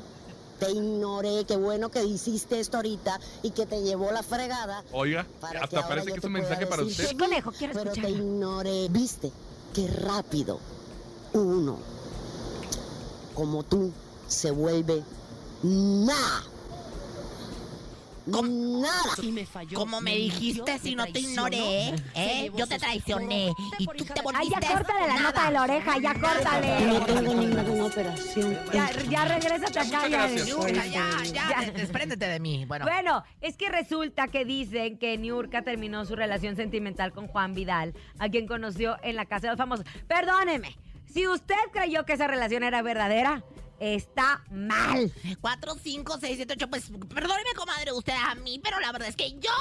Speaker 10: Te ignoré, qué bueno que hiciste esto ahorita y que te llevó la fregada.
Speaker 5: Oiga,
Speaker 10: para
Speaker 5: hasta
Speaker 10: ahora
Speaker 5: parece
Speaker 10: yo
Speaker 5: que es
Speaker 10: te
Speaker 5: un
Speaker 10: pueda
Speaker 5: mensaje para
Speaker 10: decir,
Speaker 5: usted.
Speaker 10: "Te vi,
Speaker 3: Conejo, quiero
Speaker 10: Pero te
Speaker 3: escucharlo.
Speaker 10: ignoré. Viste, qué rápido. Uno, como tú, se vuelve nada. Nada.
Speaker 9: Como me dijiste, si no te ignoré, ¿eh? Yo te traicioné y tú te
Speaker 3: Ay,
Speaker 9: volviste
Speaker 3: ya córtale la
Speaker 9: nada.
Speaker 3: nota de la oreja, ya
Speaker 10: No
Speaker 3: córtale.
Speaker 10: tengo ninguna operación.
Speaker 3: Ya, ya regrésate acá, ya.
Speaker 5: Muchas gracias.
Speaker 9: Niurka, ya, ya,
Speaker 3: Este, Ya.
Speaker 9: despréndete de mí. Bueno,
Speaker 3: Bueno, es que resulta que dicen que Niurka terminó su relación sentimental con Juan Vidal, a quien conoció en la Casa de los Famosos. Perdóneme, si usted creyó que esa relación era verdadera, está mal.
Speaker 9: 4, 5, 6, 7, 8, pues perdóneme, comadre, usted a mí, pero la verdad es que yo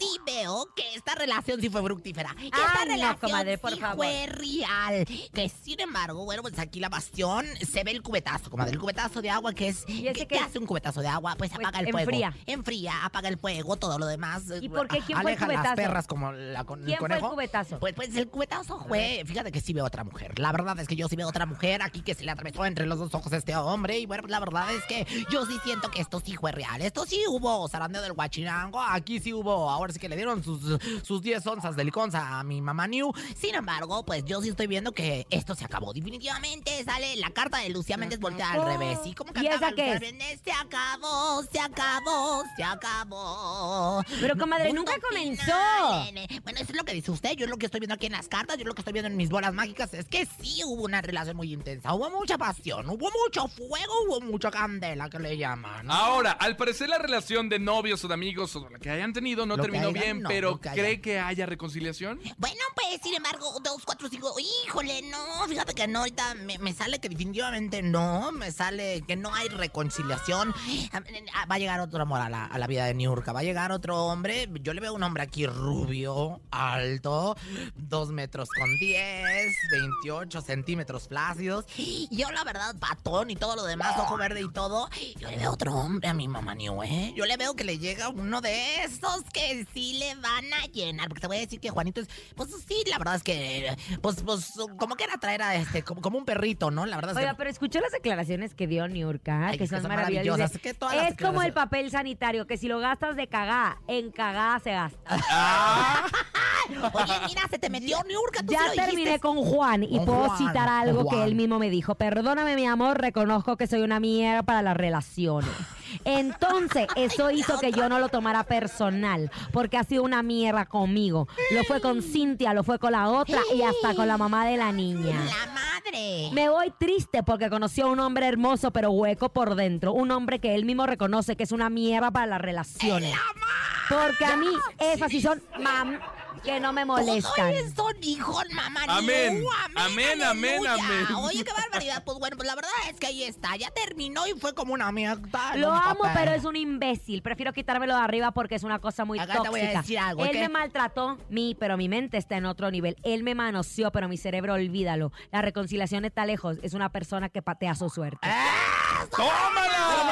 Speaker 9: sí veo que esta relación sí fue fructífera. Que
Speaker 3: Ay,
Speaker 9: esta
Speaker 3: no,
Speaker 9: relación
Speaker 3: comadre, por
Speaker 9: sí
Speaker 3: favor.
Speaker 9: fue real. Que sin embargo, bueno, pues aquí la bastión se ve el cubetazo, comadre. El cubetazo de agua que es...
Speaker 3: ¿Y ese
Speaker 9: ¿qué,
Speaker 3: qué
Speaker 9: qué
Speaker 3: es?
Speaker 9: hace un cubetazo de agua? Pues,
Speaker 3: Pues,
Speaker 9: apaga el fuego.
Speaker 3: enfría.
Speaker 9: Enfría, apaga el fuego, todo lo demás. eh,
Speaker 3: ¿Y por qué? ¿Quién fue el
Speaker 9: Aleja
Speaker 3: cubetazo?
Speaker 9: las perras como la con,
Speaker 3: ¿Quién
Speaker 9: el conejo.
Speaker 3: fue el cubetazo?
Speaker 9: Pues, pues el cubetazo fue, fíjate que sí veo otra mujer. La verdad es que yo sí veo otra mujer aquí que se le atravesó entre los dos ojos a este hombre. Y bueno, la verdad es que yo sí siento que esto sí fue real. Esto sí hubo zarandeo del guachinango. Aquí sí hubo. Ahora sí que le dieron sus, sus 10 onzas de liconza a mi mamá New. Sin embargo, pues yo sí estoy viendo que esto se acabó. Definitivamente sale la carta de Lucía Méndez volteada al revés. ¿Y cómo
Speaker 3: ¿Y
Speaker 9: cantaba
Speaker 3: esa qué
Speaker 9: Lucía
Speaker 3: es?
Speaker 9: Méndez? Se acabó, se acabó, se acabó.
Speaker 3: Pero, comadre,
Speaker 9: Punto
Speaker 3: nunca
Speaker 9: final,
Speaker 3: comenzó.
Speaker 9: nene. Bueno, eso es lo que dice usted. Yo es lo que estoy viendo aquí en las cartas, yo es lo que estoy viendo en mis bolas mágicas. Es que sí hubo una relación muy intensa. Hubo mucha pasión, hubo mucho fuego, hubo mucha candela que le llaman.
Speaker 5: Ahora, al parecer la relación de novios o de amigos o la que hayan tenido no
Speaker 9: Lo que
Speaker 5: terminó
Speaker 9: hayan,
Speaker 5: bien,
Speaker 9: no,
Speaker 5: pero
Speaker 9: lo que hayan.
Speaker 5: ¿cree que haya reconciliación?
Speaker 9: Bueno, pues, sin embargo, dos, cuatro, cinco. Híjole, no, fíjate que no, ahorita me, me sale que definitivamente no, me sale que no hay reconciliación. Ah, ah, Va a llegar otro amor a la, a la vida de Niurka, va a llegar otro hombre. Yo le veo un hombre aquí rubio, alto, dos metros con 10, 28 centímetros flácidos. Y Yo, la verdad, patón y todo lo demás, ojo verde y todo. Yo le veo otro hombre a mi mamá New, ¿eh? Yo le veo que le llega uno de esos que sí le van a llenar. Porque te voy a decir que Juanito es. Pues sí, la verdad es que. Pues, pues, como que era traer a este. Como, como un perrito, ¿no? La verdad es
Speaker 3: Oiga,
Speaker 9: que.
Speaker 3: pero escuchó las declaraciones que dio Niurka,
Speaker 9: Ay,
Speaker 3: que,
Speaker 9: es que
Speaker 3: son
Speaker 9: son
Speaker 3: maravillosas.
Speaker 9: maravillosas, es que todas las
Speaker 3: es como el
Speaker 9: declaraciones-
Speaker 3: papel sanitario, que si lo gastas de cagá, en cagá se gasta.
Speaker 9: Oye, mira, se te metió Niurka, tú sí
Speaker 3: Ya
Speaker 9: lo
Speaker 3: terminé
Speaker 9: dijiste.
Speaker 3: con Juan y
Speaker 9: Con
Speaker 3: puedo
Speaker 9: Juan,
Speaker 3: citar
Speaker 9: con
Speaker 3: algo que
Speaker 9: Juan.
Speaker 3: él mismo me dijo. Perdóname, mi amor, reconozco que soy una mierda para las relaciones.
Speaker 9: *laughs*
Speaker 3: Entonces, eso hizo que yo no lo tomara personal, porque ha sido una mierda conmigo. Lo fue con Cintia, lo fue con la otra y hasta con la mamá de la niña.
Speaker 9: La madre.
Speaker 3: Me voy triste porque conoció a un hombre hermoso pero hueco por dentro. Un hombre que él mismo reconoce que es una mierda para las relaciones. Porque a mí esas sí son mam que no me molestan.
Speaker 9: Todos son hijos, mamá. ni
Speaker 5: Amén.
Speaker 9: tú,
Speaker 5: Amén, amén,
Speaker 9: aleluya.
Speaker 5: amén.
Speaker 9: Oye, qué barbaridad. Pues bueno, pues la verdad es que ahí está. Ya terminó y fue como una mierda. en
Speaker 3: Lo
Speaker 9: un
Speaker 3: amo,
Speaker 9: papel.
Speaker 3: pero es un imbécil. Prefiero quitármelo de arriba porque es una cosa muy
Speaker 9: Acá te voy a
Speaker 3: tóxica.
Speaker 9: decir algo,
Speaker 3: Él
Speaker 9: ¿ok?
Speaker 3: me maltrató, mí, pero mi mente está en otro nivel. Él me manoseó, pero mi cerebro olvídalo. La reconciliación está lejos. Es una persona que patea su suerte.
Speaker 9: Ah,
Speaker 5: ¡Tómala!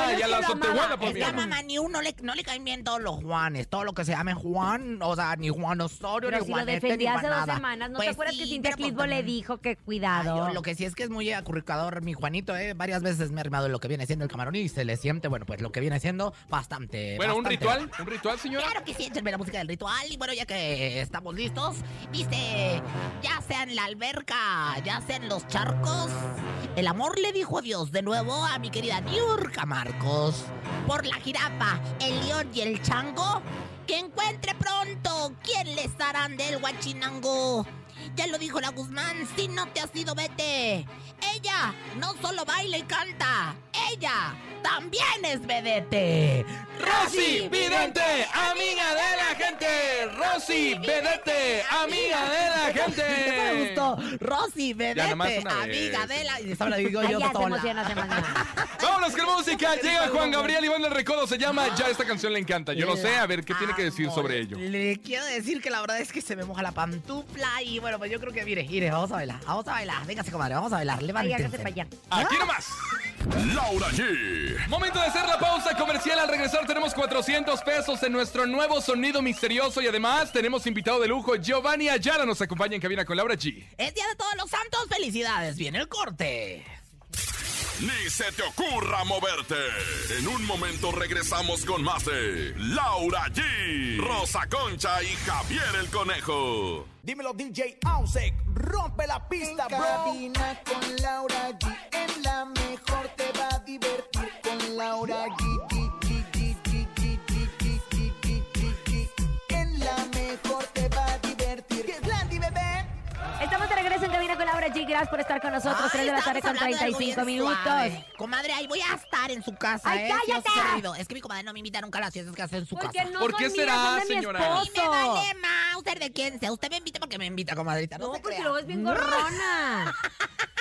Speaker 3: menos
Speaker 5: Ya
Speaker 3: que
Speaker 5: la pues
Speaker 3: lo
Speaker 5: sotehuana
Speaker 3: amaba.
Speaker 5: por
Speaker 9: Es
Speaker 5: mi
Speaker 9: que a
Speaker 5: amor.
Speaker 9: mamá ni uno le, no le caen bien todos los Juanes, todo lo que se llame Juan, o sea, ni Juan Osorio,
Speaker 3: Pero
Speaker 9: ni
Speaker 3: si lo
Speaker 9: Juanete,
Speaker 3: defendí
Speaker 9: ni
Speaker 3: hace dos
Speaker 9: Juanada.
Speaker 3: semanas, ¿no te
Speaker 9: Pues
Speaker 3: acuerdas
Speaker 9: sí,
Speaker 3: que Cintia
Speaker 9: pero pues
Speaker 3: Clisbo le
Speaker 9: también-
Speaker 3: dijo que
Speaker 9: Ay,
Speaker 3: cuidado?
Speaker 9: yo- lo que sí es que es muy acurricador mi Juanito, ¿eh? Varias veces me ha armado lo que viene siendo el camarón y se le siente, bueno, pues lo que viene siendo bastante.
Speaker 5: Bueno, un
Speaker 9: bastante.
Speaker 5: ritual, un ritual, señora.
Speaker 9: Claro que sí, échenme la música del ritual. Y bueno, ya que estamos listos, dice, ya sea en la alberca, ya sea en los charcos, el amor le dijo adiós de nuevo a mi querida Niurka Marcos. Por la jirafa, el león y el chango, que encuentre pronto quién le estarán del guachinango. Ya lo dijo la Guzmán, si no te has ido, vete. Ella no solo baila y canta, ella también es vedete.
Speaker 5: Rosy Vidente, amiga de la gente. Rosy Vidente, amiga de la
Speaker 9: *laughs* ¿Qué me
Speaker 5: gente.
Speaker 9: gustó? Rosy, vedete,
Speaker 5: nomás una
Speaker 9: amiga
Speaker 5: vez.
Speaker 9: de la... Y esa la digo
Speaker 3: Ay,
Speaker 9: yo
Speaker 3: ya se
Speaker 9: sola.
Speaker 3: emociona, se
Speaker 9: *laughs*
Speaker 3: emociona.
Speaker 5: Vámonos con música. Llega Juan Gabriel Iván del Recodo. Se llama Ya esta canción le encanta. Yo no sé. A ver qué tiene que decir
Speaker 9: Amo.
Speaker 5: sobre ello.
Speaker 9: Le quiero decir que la verdad es que se me moja la pantufla y bueno, pues yo creo que mire, mire, vamos a bailar, vamos a bailar, véngase comadre, vamos a bailar,
Speaker 3: Ay, hágase para
Speaker 9: levántense.
Speaker 3: allá.
Speaker 5: Aquí nomás.
Speaker 6: Laura G,
Speaker 5: Momento de hacer la pausa comercial. Al regresar tenemos 400 pesos en nuestro nuevo sonido misterioso y además tenemos invitado de lujo Giovanni Ayala nos acompaña en cabina con Laura G.
Speaker 9: Es Día de Todos los Santos, felicidades, viene el corte.
Speaker 6: ni se te ocurra moverte. En un momento regresamos con más de Laura G, Rosa Concha y Javier el Conejo.
Speaker 1: Dímelo DJ Ausek, rompe la pista,
Speaker 11: En cabina con Laura G. En la mejor te va a divertir con Laura G. G, G, G, G, G, G, G, G, G, G, G. En la mejor te va a divertir. ¡Qué Landy, bebé!
Speaker 3: Estamos de regreso en Cabina con Laura G. Gracias por estar con nosotros.
Speaker 9: Ay,
Speaker 3: 3 de la tarde
Speaker 9: estamos
Speaker 3: con
Speaker 9: hablando de algo
Speaker 3: 35
Speaker 9: bien
Speaker 3: minutos.
Speaker 9: suave. Comadre, ahí voy a estar en su casa,
Speaker 3: Ay,
Speaker 9: ¿eh? Si os
Speaker 3: cállate.
Speaker 9: hace ruido. Es que mi comadre no me invita nunca a las fiestas que hace en su
Speaker 3: ¿Por
Speaker 9: casa.
Speaker 3: qué no
Speaker 5: ¿Por qué
Speaker 3: son
Speaker 5: será,
Speaker 3: mías, son de
Speaker 5: señora?
Speaker 3: mi
Speaker 9: Y me
Speaker 3: esposo?
Speaker 9: vale Mauser de quién sea. Usted me invita porque me invita, comadrita. No,
Speaker 3: No,
Speaker 9: se
Speaker 3: porque
Speaker 9: crea.
Speaker 3: luego es bien gorrona.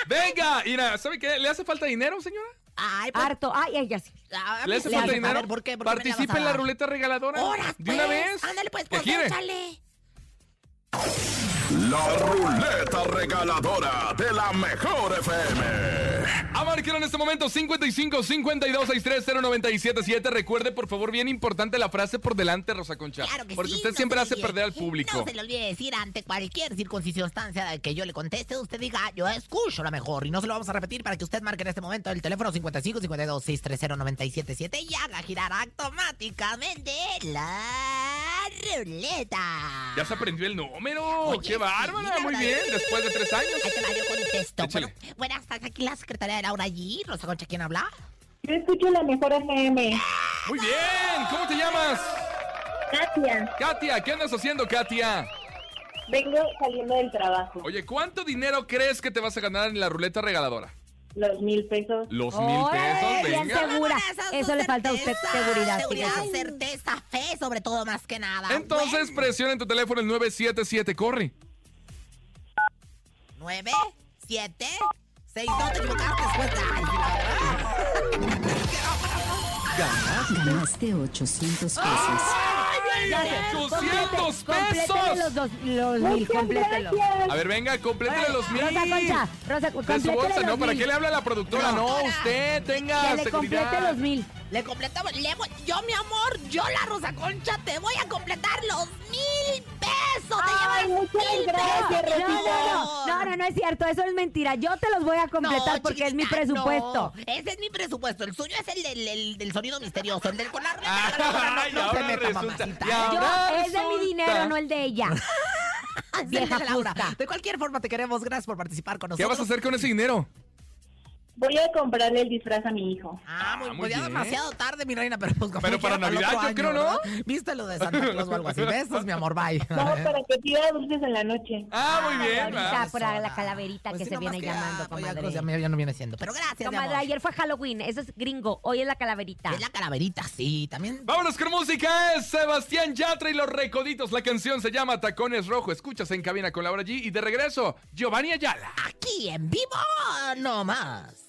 Speaker 5: Venga, Ira, ¿sabe qué? ¿Le hace falta dinero, señora?
Speaker 9: Ay,
Speaker 3: *laughs*
Speaker 9: pues,
Speaker 3: Harto. Ay, ay, ya sí.
Speaker 4: A mí
Speaker 5: ¿Le
Speaker 4: se
Speaker 5: hace
Speaker 4: me
Speaker 5: falta
Speaker 4: hace- a
Speaker 5: dinero?
Speaker 4: ver, ¿por qué? ¿Por qué me la
Speaker 5: Participe
Speaker 4: vas a
Speaker 5: en la
Speaker 4: dar?
Speaker 5: ruleta regaladora.
Speaker 4: Horas,
Speaker 5: de una
Speaker 4: pues.
Speaker 5: vez.
Speaker 4: Ándale, pues,
Speaker 5: Que
Speaker 4: pues,
Speaker 5: gire.
Speaker 4: échale.
Speaker 6: La ruleta regaladora de la mejor FM.
Speaker 5: A marcar en este momento 55 52 63 0977. Recuerde, por favor, bien importante la frase por delante, Rosa Concha.
Speaker 4: Claro que
Speaker 5: porque
Speaker 4: sí,
Speaker 5: usted
Speaker 4: no
Speaker 5: siempre
Speaker 4: se
Speaker 5: hace
Speaker 4: olvide.
Speaker 5: perder al público.
Speaker 4: No se le olvide decir ante cualquier circunstancia de que yo le conteste, usted diga, "Ah, yo escucho la mejor. Y no se lo vamos a repetir para que usted marque en este momento el teléfono 55 52 630 977 y haga girar automáticamente la ruleta.
Speaker 5: Ya se aprendió el número.
Speaker 4: Oye,
Speaker 5: ¡Qué bárbara!
Speaker 4: sí,
Speaker 5: Muy
Speaker 4: la
Speaker 5: bien,
Speaker 4: verdad.
Speaker 5: después de tres años.
Speaker 4: Ahí te va, yo contesto.
Speaker 5: Échale.
Speaker 4: Bueno, buenas tardes, aquí la secretaria de Laura G. Rosa Concha, ¿quién habla?
Speaker 12: Yo escucho la mejor FM.
Speaker 5: Muy bien, ¿cómo te llamas?
Speaker 12: Katia,
Speaker 5: Katia, ¿qué andas haciendo, Katia?
Speaker 12: vengo saliendo del trabajo.
Speaker 5: Oye, ¿cuánto dinero crees que te vas a ganar en la ruleta regaladora?
Speaker 12: Los mil pesos.
Speaker 5: Los mil
Speaker 3: Órale,
Speaker 5: pesos,
Speaker 3: bien
Speaker 5: Pues venga.
Speaker 3: segura. Eso le falta a usted seguridad.
Speaker 4: Seguridad,
Speaker 3: fíjese.
Speaker 4: certeza, fe, sobre todo, más que nada.
Speaker 5: Entonces presiona en tu teléfono el 977, corre.
Speaker 4: 9, 7, 6, no te equivocaste, pues, ay, sí, la verdad.
Speaker 13: Ganaste 800 pesos.
Speaker 3: Ya sé,
Speaker 5: ¡800
Speaker 3: complete-
Speaker 5: pesos!
Speaker 3: Complétele los dos, los mil,
Speaker 5: Muchas
Speaker 3: complételo.
Speaker 5: A ver, venga, complétale
Speaker 3: Oye,
Speaker 5: los mil.
Speaker 3: Rosa Concha, Rosa,
Speaker 5: De su
Speaker 3: complétele
Speaker 5: bolsa,
Speaker 3: los
Speaker 5: ¿no? ¿Para
Speaker 3: mil.
Speaker 5: qué le habla a la productora? No, usted tenga
Speaker 3: Que le complete
Speaker 5: seguridad.
Speaker 3: los mil.
Speaker 4: Le completamos, le voy- yo, mi amor, yo, la Rosa Concha, te voy a completar los mil pesos. Te
Speaker 12: Ay,
Speaker 4: llevas
Speaker 12: muchas
Speaker 4: mil
Speaker 12: gracias,
Speaker 4: pesos.
Speaker 12: Rosita.
Speaker 3: No, no, no, no, no, no es cierto, eso es mentira. Yo te los voy a completar
Speaker 4: No,
Speaker 3: porque es mi
Speaker 4: chiquita,
Speaker 3: presupuesto.
Speaker 4: no. Ese es mi presupuesto. El suyo es el del, el del sonido misterioso, el del con la ruleta regaladora,
Speaker 5: *laughs* *laughs* Ay,
Speaker 4: no, no
Speaker 5: ahora
Speaker 4: se meta,
Speaker 5: resulta.
Speaker 4: mamacita.
Speaker 5: y
Speaker 3: Yo,
Speaker 5: ahora
Speaker 3: es de mi
Speaker 5: resulta.
Speaker 3: dinero, no el de *laughs* ella.
Speaker 4: Vieja
Speaker 3: Vieja
Speaker 4: Laura.
Speaker 3: justa.
Speaker 4: De cualquier forma, te queremos. Gracias por participar con
Speaker 5: ¿Qué
Speaker 4: nosotros.
Speaker 5: vas a hacer con ese dinero?
Speaker 12: Voy a comprarle el disfraz a mi hijo.
Speaker 4: Ah, muy,
Speaker 5: Ah, muy
Speaker 4: pues ya
Speaker 5: bien.
Speaker 4: demasiado tarde, mi reina, pero pues como
Speaker 5: Pero para
Speaker 4: quiera, el
Speaker 5: Navidad,
Speaker 4: otro
Speaker 5: yo creo, ¿no?
Speaker 4: ¿verdad? Viste lo de Santa Claus o algo así. Besos, mi *laughs* amor, bye.
Speaker 12: No, para que pida dulces en la noche.
Speaker 5: Ah, muy bien. va.
Speaker 3: Ahorita por la calaverita
Speaker 4: Pues
Speaker 3: que
Speaker 4: sí,
Speaker 3: se
Speaker 4: nomás
Speaker 3: viene
Speaker 4: que,
Speaker 3: llamando,
Speaker 4: ah, pues ya,
Speaker 3: comadre.
Speaker 4: pues, ya, ya no viene siendo. Pero gracias, mi
Speaker 3: Comadre,
Speaker 4: amor.
Speaker 3: ayer fue Halloween, eso es gringo, hoy es la calaverita.
Speaker 4: Es la calaverita, sí, también.
Speaker 5: Vámonos con música, es Sebastián Yatra y los Recoditos. La canción se llama Tacones Rojo. Escuchas en cabina con Laura G. Y de regreso, Giovanni Ayala.
Speaker 4: Aquí en vivo, no más.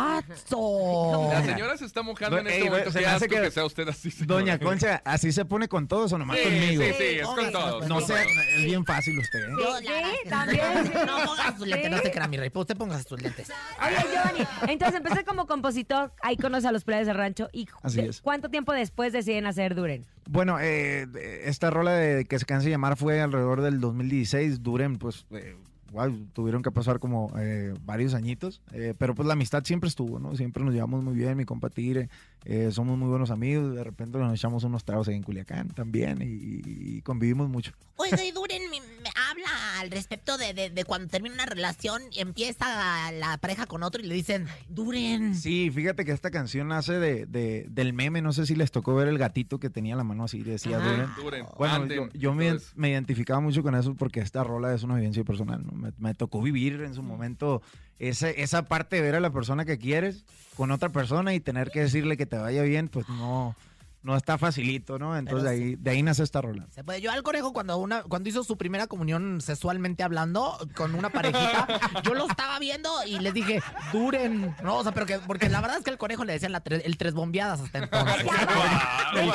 Speaker 4: ojazo!
Speaker 5: La señora se está mojando en
Speaker 9: Do-
Speaker 5: este
Speaker 9: ey,
Speaker 5: momento.
Speaker 9: se
Speaker 5: Qué
Speaker 9: me hace
Speaker 5: asco que,
Speaker 9: que-
Speaker 5: sea usted así. señora.
Speaker 9: *laughs* Doña Concha, ¿así se pone con todos o nomás
Speaker 5: Sí,
Speaker 9: conmigo?
Speaker 5: sí, sí, es con
Speaker 4: Obvio,
Speaker 5: todos.
Speaker 9: No
Speaker 5: con
Speaker 9: sé,
Speaker 5: todos.
Speaker 9: es bien fácil usted. ¿eh?
Speaker 4: Yo,
Speaker 3: Sí,
Speaker 4: la verdad es que-
Speaker 3: también, sí.
Speaker 4: No pongas tus lentes, no
Speaker 3: Sí.
Speaker 4: te creas, mi rey. Usted ponga sus lentes.
Speaker 3: Oye, Giovanni, entonces empecé como compositor, ahí conoces a los players del rancho. ¿Y
Speaker 9: Así es.
Speaker 3: cuánto tiempo después deciden hacer Duren?
Speaker 9: Bueno, eh, esta rola de que se cansa de llamar fue alrededor del 2016. Duren, pues, eh, wow, tuvieron que pasar como eh, varios añitos, eh, pero pues la amistad siempre estuvo, ¿no? Siempre nos llevamos muy bien, mi compa Tigre, eh, somos muy buenos amigos, de repente nos echamos unos tragos ahí en Culiacán también y, y- y convivimos mucho.
Speaker 4: Oiga, y Duren me, me habla al respecto de, de- de cuando termina una relación y empieza la pareja con otro y le dicen, Duren.
Speaker 9: Sí, fíjate que esta canción nace de, de- del meme, no sé si les tocó ver el gatito que tenía la mano así, decía
Speaker 5: Ajá.
Speaker 9: Duren.
Speaker 5: Duren,
Speaker 9: Ah. Bueno,
Speaker 5: Antem,
Speaker 9: yo, yo me, me identificaba mucho con eso porque esta rola es una vivencia personal, ¿no? Me, me tocó vivir en su momento ese, esa parte de ver a la persona que quieres con otra persona y tener que decirle que te vaya bien, pues no, no está facilito, ¿no? Entonces de
Speaker 4: Pero
Speaker 9: ahí, de ahí nace esta rola.
Speaker 4: Se puede. Yo al conejo cuando una cuando hizo su primera comunión sexualmente hablando con una parejita, yo lo estaba viendo y les dije, duren. No, o sea, pero que, porque la verdad es que el conejo le decían la tres- el tres bombeadas hasta entonces.
Speaker 9: Ah,
Speaker 5: ¿El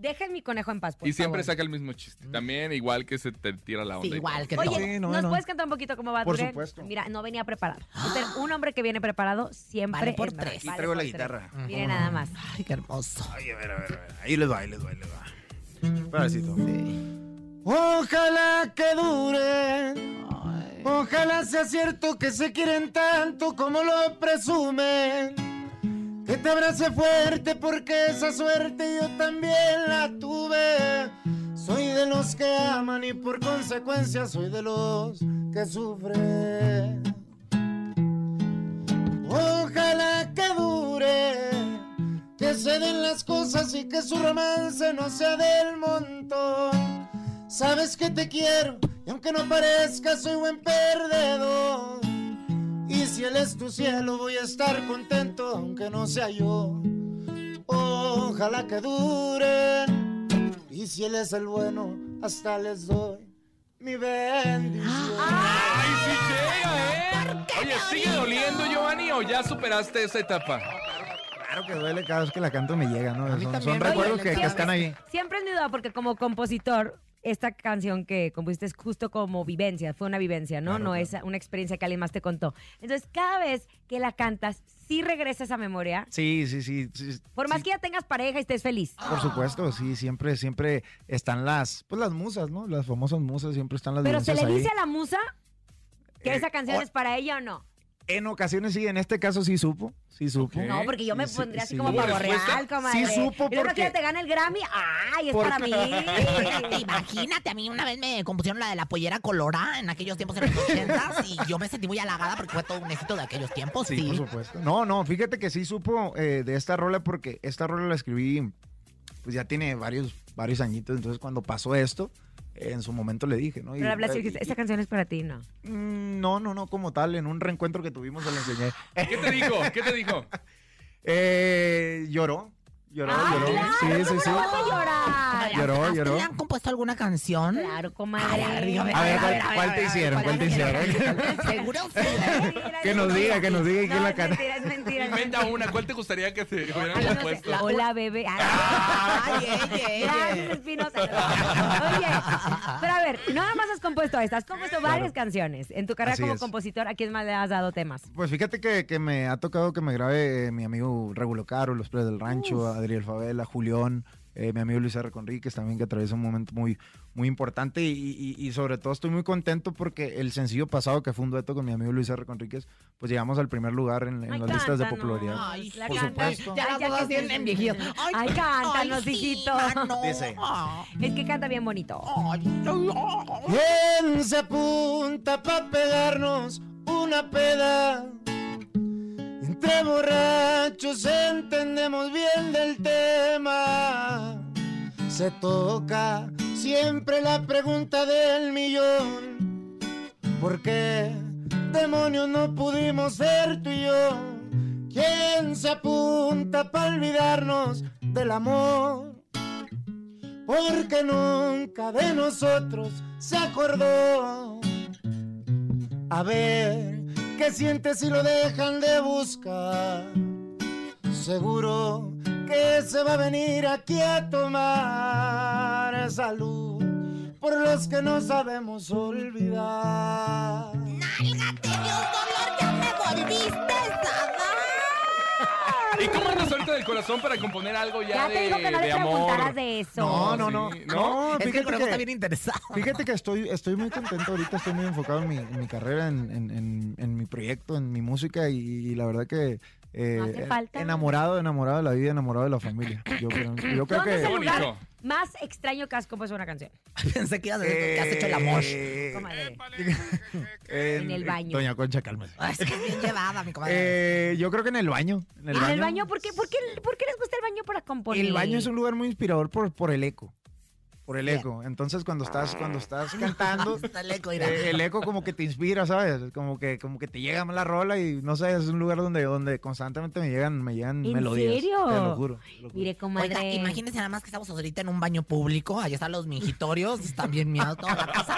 Speaker 3: Dejen mi conejo en paz, por
Speaker 5: Y siempre
Speaker 3: favor.
Speaker 5: saca el mismo chiste.
Speaker 9: Mm.
Speaker 5: También igual que se te tira la onda. y todo.
Speaker 3: Oye, ¿nos puedes cantar un poquito cómo va
Speaker 5: Por
Speaker 3: Duren?
Speaker 5: supuesto.
Speaker 3: Mira, no venía preparado.
Speaker 5: *gasps*
Speaker 3: Usted, un hombre que viene preparado siempre
Speaker 4: Vale por
Speaker 3: es mejor.
Speaker 4: tres.
Speaker 3: Vale
Speaker 9: traigo
Speaker 3: por
Speaker 9: la
Speaker 3: tres.
Speaker 9: guitarra.
Speaker 3: Mire nada más.
Speaker 4: Ay, qué hermoso.
Speaker 9: Ay, a ver, a ver, a ver. Ahí les va, ahí les va, ahí les va. Pedacito.
Speaker 14: Ojalá que dure. Ojalá sea cierto que se quieren tanto como lo presumen. Que te abrace fuerte porque esa suerte yo también la tuve. Soy de los que aman y por consecuencia soy de los que sufren. Ojalá que dure. Que se den las cosas y que su romance no sea del montón. Sabes que te quiero y aunque no parezca soy buen perdedor. Y si él es tu cielo voy a estar contento aunque no sea yo. Ojalá que duren. Y si él es el bueno, hasta les doy mi bendición.
Speaker 5: eh! Oye, ¿sigue doliendo, Giovanni, o ya superaste esa etapa?
Speaker 9: Claro que duele cada vez que la canto me llega, ¿no? Son, son
Speaker 3: Oye,
Speaker 9: recuerdos
Speaker 3: siempre-
Speaker 9: que, que están ahí.
Speaker 3: Siempre es mi duda porque como compositor, esta canción que compusiste es justo como vivencia, fue una vivencia, ¿no? no es una experiencia que alguien más te contó. Entonces, cada vez que la cantas, sí regresa esa memoria,
Speaker 9: Sí, sí, sí. sí, Ah,
Speaker 3: por más que ya tengas pareja y estés feliz.
Speaker 9: Por supuesto, sí, siempre, siempre están las, pues las musas, ¿no? Las famosas musas, siempre están las
Speaker 3: Pero se le
Speaker 9: vivencias ahí.
Speaker 3: dice a la musa que
Speaker 9: Eh,
Speaker 3: esa canción
Speaker 9: o-
Speaker 3: es para ella o no.
Speaker 9: En ocasiones sí, en este caso sí supo, sí supo.
Speaker 3: No, porque yo me
Speaker 9: Sí,
Speaker 3: pondría así
Speaker 9: sí.
Speaker 3: como pavo real, comadre.
Speaker 9: Sí supo
Speaker 3: Y luego
Speaker 9: porque-
Speaker 3: que te gana el Grammy, ¡ay, es para mí!
Speaker 9: *laughs*
Speaker 4: Imagínate, eh, imagínate, a mí una vez me compusieron la de la pollera colorada en aquellos tiempos en los 80 y yo me sentí muy halagada porque fue todo un éxito de aquellos tiempos. Sí,
Speaker 9: Por supuesto. No, no, fíjate que sí supo eh, de esta rola porque esta rola la escribí, pues ya tiene varios, varios añitos, entonces cuando pasó esto, eh, en su momento le dije, ¿no? Y-
Speaker 3: Pero la Blas
Speaker 9: eh,
Speaker 3: dijiste, esta canción es para ti, ¿no?
Speaker 9: Mm, No, no, no, como tal, en un reencuentro que tuvimos se la enseñé.
Speaker 5: ¿Qué te dijo? ¿Qué te dijo?
Speaker 9: Eh, lloró, lloró,
Speaker 4: Ah,
Speaker 9: lloró.
Speaker 4: claro,
Speaker 9: sí, sí, sí.
Speaker 4: ¿cómo no vas a
Speaker 3: llorar?
Speaker 9: Lloró,
Speaker 4: ¿Hasta
Speaker 9: lloró.
Speaker 4: ¿Le han compuesto alguna canción?
Speaker 3: Claro, comadre.
Speaker 9: A ver, ¿cuál, cuál te hicieron? ¿Cuál te hicieron?
Speaker 3: *laughs*
Speaker 9: *laughs*
Speaker 4: Seguro
Speaker 9: que nos diga, que nos diga y quién la canta.
Speaker 3: mentira, es mentira.
Speaker 5: Inventa una. ¿Cuál te gustaría que te
Speaker 9: Ah,
Speaker 3: Ay,
Speaker 5: hubieran
Speaker 3: no sé,
Speaker 5: puesto?
Speaker 3: la- hola, bebé. Ay, Gracias, Espinosa. Oye, pero a ver, no nada más has compuesto esta, has compuesto varias canciones. En tu carrera
Speaker 9: Así
Speaker 3: como
Speaker 9: es.
Speaker 3: compositor, ¿a quién más le has dado temas?
Speaker 9: Pues fíjate que, que me ha tocado que me grabe eh, mi amigo Regulo Caro, Los Players del Rancho, Adriel Favela, Julián, eh, mi amigo Luis R. Conríquez también que atraviesa un momento muy, muy importante y, y- y sobre todo estoy muy contento porque el sencillo pasado que fue un dueto con mi amigo Luis R. Conríquez, pues llegamos al primer lugar en, en las listas de popularidad.
Speaker 4: Ay,
Speaker 9: Por supuesto.
Speaker 4: Ya las
Speaker 3: ya
Speaker 4: dos
Speaker 3: que-
Speaker 4: hacen en viejitos. Ay,
Speaker 3: Ay, cántanos,
Speaker 4: ay, sí,
Speaker 3: hijito.
Speaker 4: mano.
Speaker 9: Dice.
Speaker 3: Es que canta bien bonito.
Speaker 9: Oh.
Speaker 14: ¿Quién se apunta pa' pegarnos una peda? Entre borrachos entendemos bien del tema. Se toca siempre la pregunta del millón. ¿Por qué demonios no pudimos ser tú y yo? ¿Quién se apunta para olvidarnos del amor? porque nunca de nosotros se acordó. A ver, ¿qué sientes si lo dejan de buscar? Seguro que se va a venir aquí a tomar salud por los que no sabemos olvidar.
Speaker 4: ¡Nálgate, Dios, dolor! ¡Ya me volviste a dar!
Speaker 9: *laughs*
Speaker 5: ¿Y cómo andas ahorita parte del corazón para componer algo ya,
Speaker 3: Ya te
Speaker 5: de,
Speaker 3: digo que no
Speaker 5: de
Speaker 3: les
Speaker 5: amor.
Speaker 3: preguntarás de eso.
Speaker 9: No, no, no.
Speaker 5: Sí,
Speaker 9: No,
Speaker 5: ¿no? Es que el
Speaker 9: fíjate
Speaker 5: corazón
Speaker 9: que,
Speaker 5: está bien interesado.
Speaker 9: Fíjate que estoy, estoy muy contento ahorita, estoy muy enfocado en mi, en mi carrera, en, en- en- en mi proyecto, en mi música y, y la verdad que... eh,
Speaker 3: No hace falta.
Speaker 9: Enamorado, enamorado de la vida, enamorado de la familia. Yo creo, yo creo
Speaker 3: ¿Dónde
Speaker 9: que...
Speaker 3: es el lugar más extraño que has compuesto una canción?
Speaker 4: *laughs* Pensé que ibas a decir que has hecho el amor.
Speaker 3: Comadre.
Speaker 9: Eh, En,
Speaker 3: el baño.
Speaker 9: Doña Concha, cálmese.
Speaker 4: Ay, Es
Speaker 9: *laughs*
Speaker 4: que es bien llevada, mi comadre.
Speaker 9: Eh, yo creo que en el baño. En el
Speaker 3: ¿En
Speaker 9: baño.
Speaker 3: el baño? ¿Por qué, por, qué, por qué les gusta el baño para componer?
Speaker 9: El baño es un lugar muy inspirador por, por el eco. Por el eco. Entonces cuando estás, cuando estás cantando,
Speaker 4: Está el eco, mira.
Speaker 9: eh, el eco como que te inspira, ¿sabes? Como que, como que te llega la rola y no sé, es un lugar donde, donde constantemente me llegan, me llegan
Speaker 4: ¿En
Speaker 9: melodías.
Speaker 4: serio?
Speaker 9: Te lo juro. te lo juro.
Speaker 3: Mire, comadre.
Speaker 4: Oiga, imagínense nada más que estamos ahorita en un baño público, allá están los mingitorios, están bien miados toda la
Speaker 3: *laughs*
Speaker 4: casa.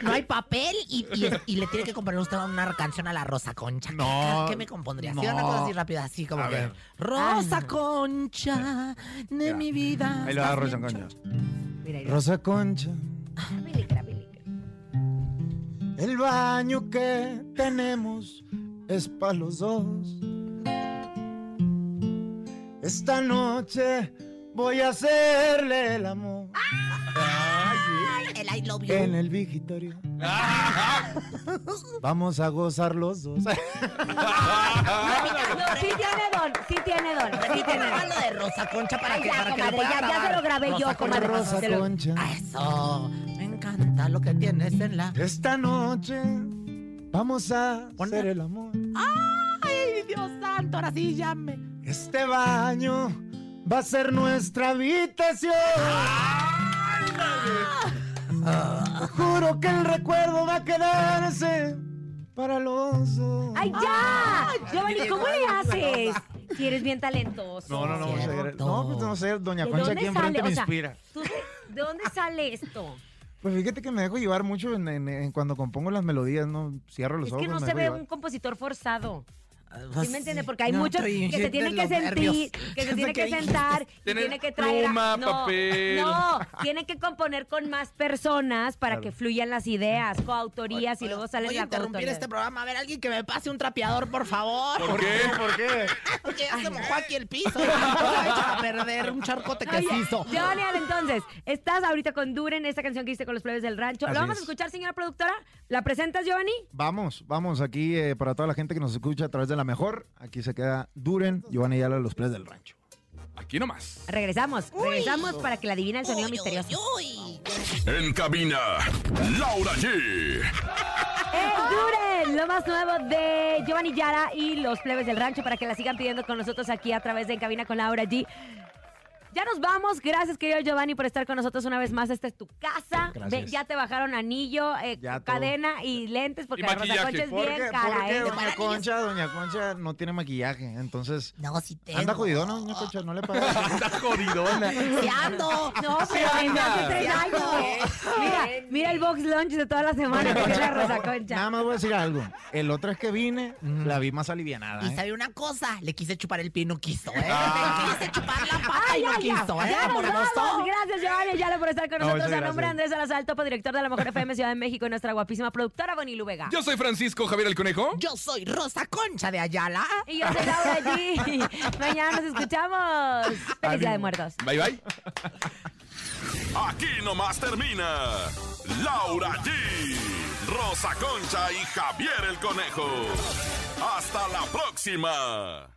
Speaker 4: No hay papel y, y- y le tiene que componer usted una canción a la Rosa Concha.
Speaker 9: No,
Speaker 4: ¿Qué me compondría?
Speaker 9: no.
Speaker 4: Sí, una cosa así rápida, así como
Speaker 9: A
Speaker 4: que.
Speaker 9: ver.
Speaker 4: Rosa Concha de
Speaker 9: Mira.
Speaker 4: mi vida.
Speaker 9: Ahí lo da Rosa
Speaker 3: Mira,
Speaker 9: Concha.
Speaker 3: ahí Ah, lo-
Speaker 9: Rosa Concha.
Speaker 3: Milicra, milicra.
Speaker 15: El baño que tenemos es para los dos. Esta noche voy a hacerle el amor
Speaker 4: El I love you.
Speaker 15: en el vigitorio. Vamos a gozar los dos.
Speaker 9: Ah,
Speaker 3: No, sí tiene don, sí tiene don, sí tiene don.
Speaker 4: Lo de Rosa Concha para
Speaker 3: Ay,
Speaker 4: que,
Speaker 3: ya,
Speaker 4: para que
Speaker 3: comadre,
Speaker 4: pueda
Speaker 3: ya- ya
Speaker 4: grabar.
Speaker 3: se lo grabé yo, comadre,
Speaker 15: Rosa
Speaker 3: se lo-
Speaker 15: Concha.
Speaker 4: Ah, Eso. Me encanta lo que tienes en la.
Speaker 15: Esta noche vamos a hacer el amor.
Speaker 4: ¡Ay, Dios santo! Ahora sí llame.
Speaker 15: Este baño va a ser nuestra habitación. Juro que el recuerdo va a quedarse para los dos.
Speaker 3: ¡Ay, ya! Giovanni, ¿cómo le haces? Si eres bien talentoso.
Speaker 9: No, no, no, no, sé, no, pues no sé, Doña
Speaker 3: ¿De
Speaker 9: Concha
Speaker 3: dónde
Speaker 9: aquí enfrente
Speaker 3: sale? O
Speaker 9: me
Speaker 3: sea,
Speaker 9: inspira.
Speaker 3: ¿tú de, de dónde sale esto?
Speaker 9: Pues fíjate que me dejo llevar mucho en, en- en cuando compongo las melodías, ¿no? Cierro los
Speaker 3: Es
Speaker 9: ojos.
Speaker 3: que no
Speaker 9: me
Speaker 3: se
Speaker 9: dejo
Speaker 3: ve
Speaker 9: llevar.
Speaker 3: un compositor forzado.
Speaker 4: pues,
Speaker 3: Ah, ¿Sí me entiende? Porque hay
Speaker 4: no,
Speaker 3: muchos
Speaker 4: pero
Speaker 3: que se tienen que
Speaker 4: los nervios.
Speaker 3: sentir, que se
Speaker 4: *laughs* Eso
Speaker 3: tienen
Speaker 4: que
Speaker 3: que
Speaker 4: dijiste.
Speaker 3: *laughs* sentar, que
Speaker 5: Tener
Speaker 3: tienen que traer... a-
Speaker 5: pluma,
Speaker 3: no,
Speaker 5: papel.
Speaker 3: No, tienen que componer con más personas para
Speaker 9: Claro.
Speaker 3: que fluyan las ideas, coautorías y luego salen
Speaker 4: Voy a
Speaker 3: la
Speaker 4: interrumpir
Speaker 3: coautoría.
Speaker 4: este programa. A ver, alguien que me pase un trapeador, por favor.
Speaker 5: ¿Por qué?
Speaker 9: ¿Por qué?
Speaker 4: *laughs* Porque ya se mojó aquí
Speaker 3: *laughs*
Speaker 4: el piso. Se echa a perder un charcote que se
Speaker 3: Oye,
Speaker 4: hizo.
Speaker 3: Daniel, entonces, estás ahorita con Duren, esta canción que hiciste con los plebes del rancho.
Speaker 9: Así
Speaker 3: ¿Lo vamos
Speaker 9: es.
Speaker 3: a escuchar, señora productora? ¿La presentas, Giovanni?
Speaker 9: Vamos, vamos aquí eh, para toda la gente que nos escucha a través de la mejor. Aquí se queda Duren, Giovanni Ayala, los Pres del Rancho.
Speaker 5: Aquí
Speaker 3: *laughs*
Speaker 5: nomás.
Speaker 3: Regresamos, regresamos para que la adivina el sonido
Speaker 4: Uy,
Speaker 3: misterioso.
Speaker 4: uy, uy.
Speaker 6: En cabina, Laura G.
Speaker 3: ¡El ¡Eh, Duren! Lo más nuevo de Giovanni Yara y los plebes del rancho para que la sigan pidiendo con nosotros aquí a través de En Cabina con Laura G. Ya nos vamos. Gracias, querido Giovanni, por estar con nosotros una vez más. Esta es tu casa.
Speaker 9: Gracias.
Speaker 3: Ve, ya te bajaron anillo, eh,
Speaker 9: Ya todo.
Speaker 3: cadena y lentes porque
Speaker 5: Y
Speaker 3: la Rosa
Speaker 5: maquillaje.
Speaker 3: Concha es
Speaker 9: ¿Por
Speaker 3: bien
Speaker 9: qué?
Speaker 3: cara,
Speaker 9: Porque
Speaker 3: ¿eh?
Speaker 9: Doña Concha, Doña Concha no tiene maquillaje, entonces...
Speaker 4: No, si te.
Speaker 9: Anda jodidona, Doña Concha, no
Speaker 5: *laughs*
Speaker 9: le pagas.
Speaker 5: Está jodidona.
Speaker 4: Si ando. *laughs*
Speaker 3: No, pero
Speaker 5: anda.
Speaker 3: hace tres
Speaker 4: Ya
Speaker 3: años.
Speaker 4: anda.
Speaker 3: Mira, mira el box lunch de toda la semana que tiene la Rosa Concha.
Speaker 9: Nada más voy a decir algo. El otro es que vine, la vi más alivianada.
Speaker 4: Y
Speaker 9: ¿eh?
Speaker 4: sabe una cosa, le quise chupar el pie y no quiso, ¿eh?
Speaker 5: Ah.
Speaker 4: Le quise chupar la pata y no quiso, ¿eh?
Speaker 3: Ya nos vamos.
Speaker 4: Amoroso.
Speaker 3: Gracias, Giovanni Ayala, por estar con
Speaker 9: No,
Speaker 3: nosotros.
Speaker 9: muchas
Speaker 3: A nombre de
Speaker 9: gracias.
Speaker 3: Andrés Salazar, topo director de la Mujer FM Ciudad de México, y nuestra guapísima productora Bonilu Vega.
Speaker 5: Yo soy Francisco Javier el Conejo.
Speaker 4: Yo soy Rosa Concha de Ayala.
Speaker 3: Y yo soy Laura
Speaker 9: *laughs*
Speaker 3: G. Mañana nos escuchamos. Feliz Día de Muertos.
Speaker 5: Bye, bye.
Speaker 6: Aquí nomás termina Laura G, Rosa Concha y Javier el Conejo. Hasta la próxima.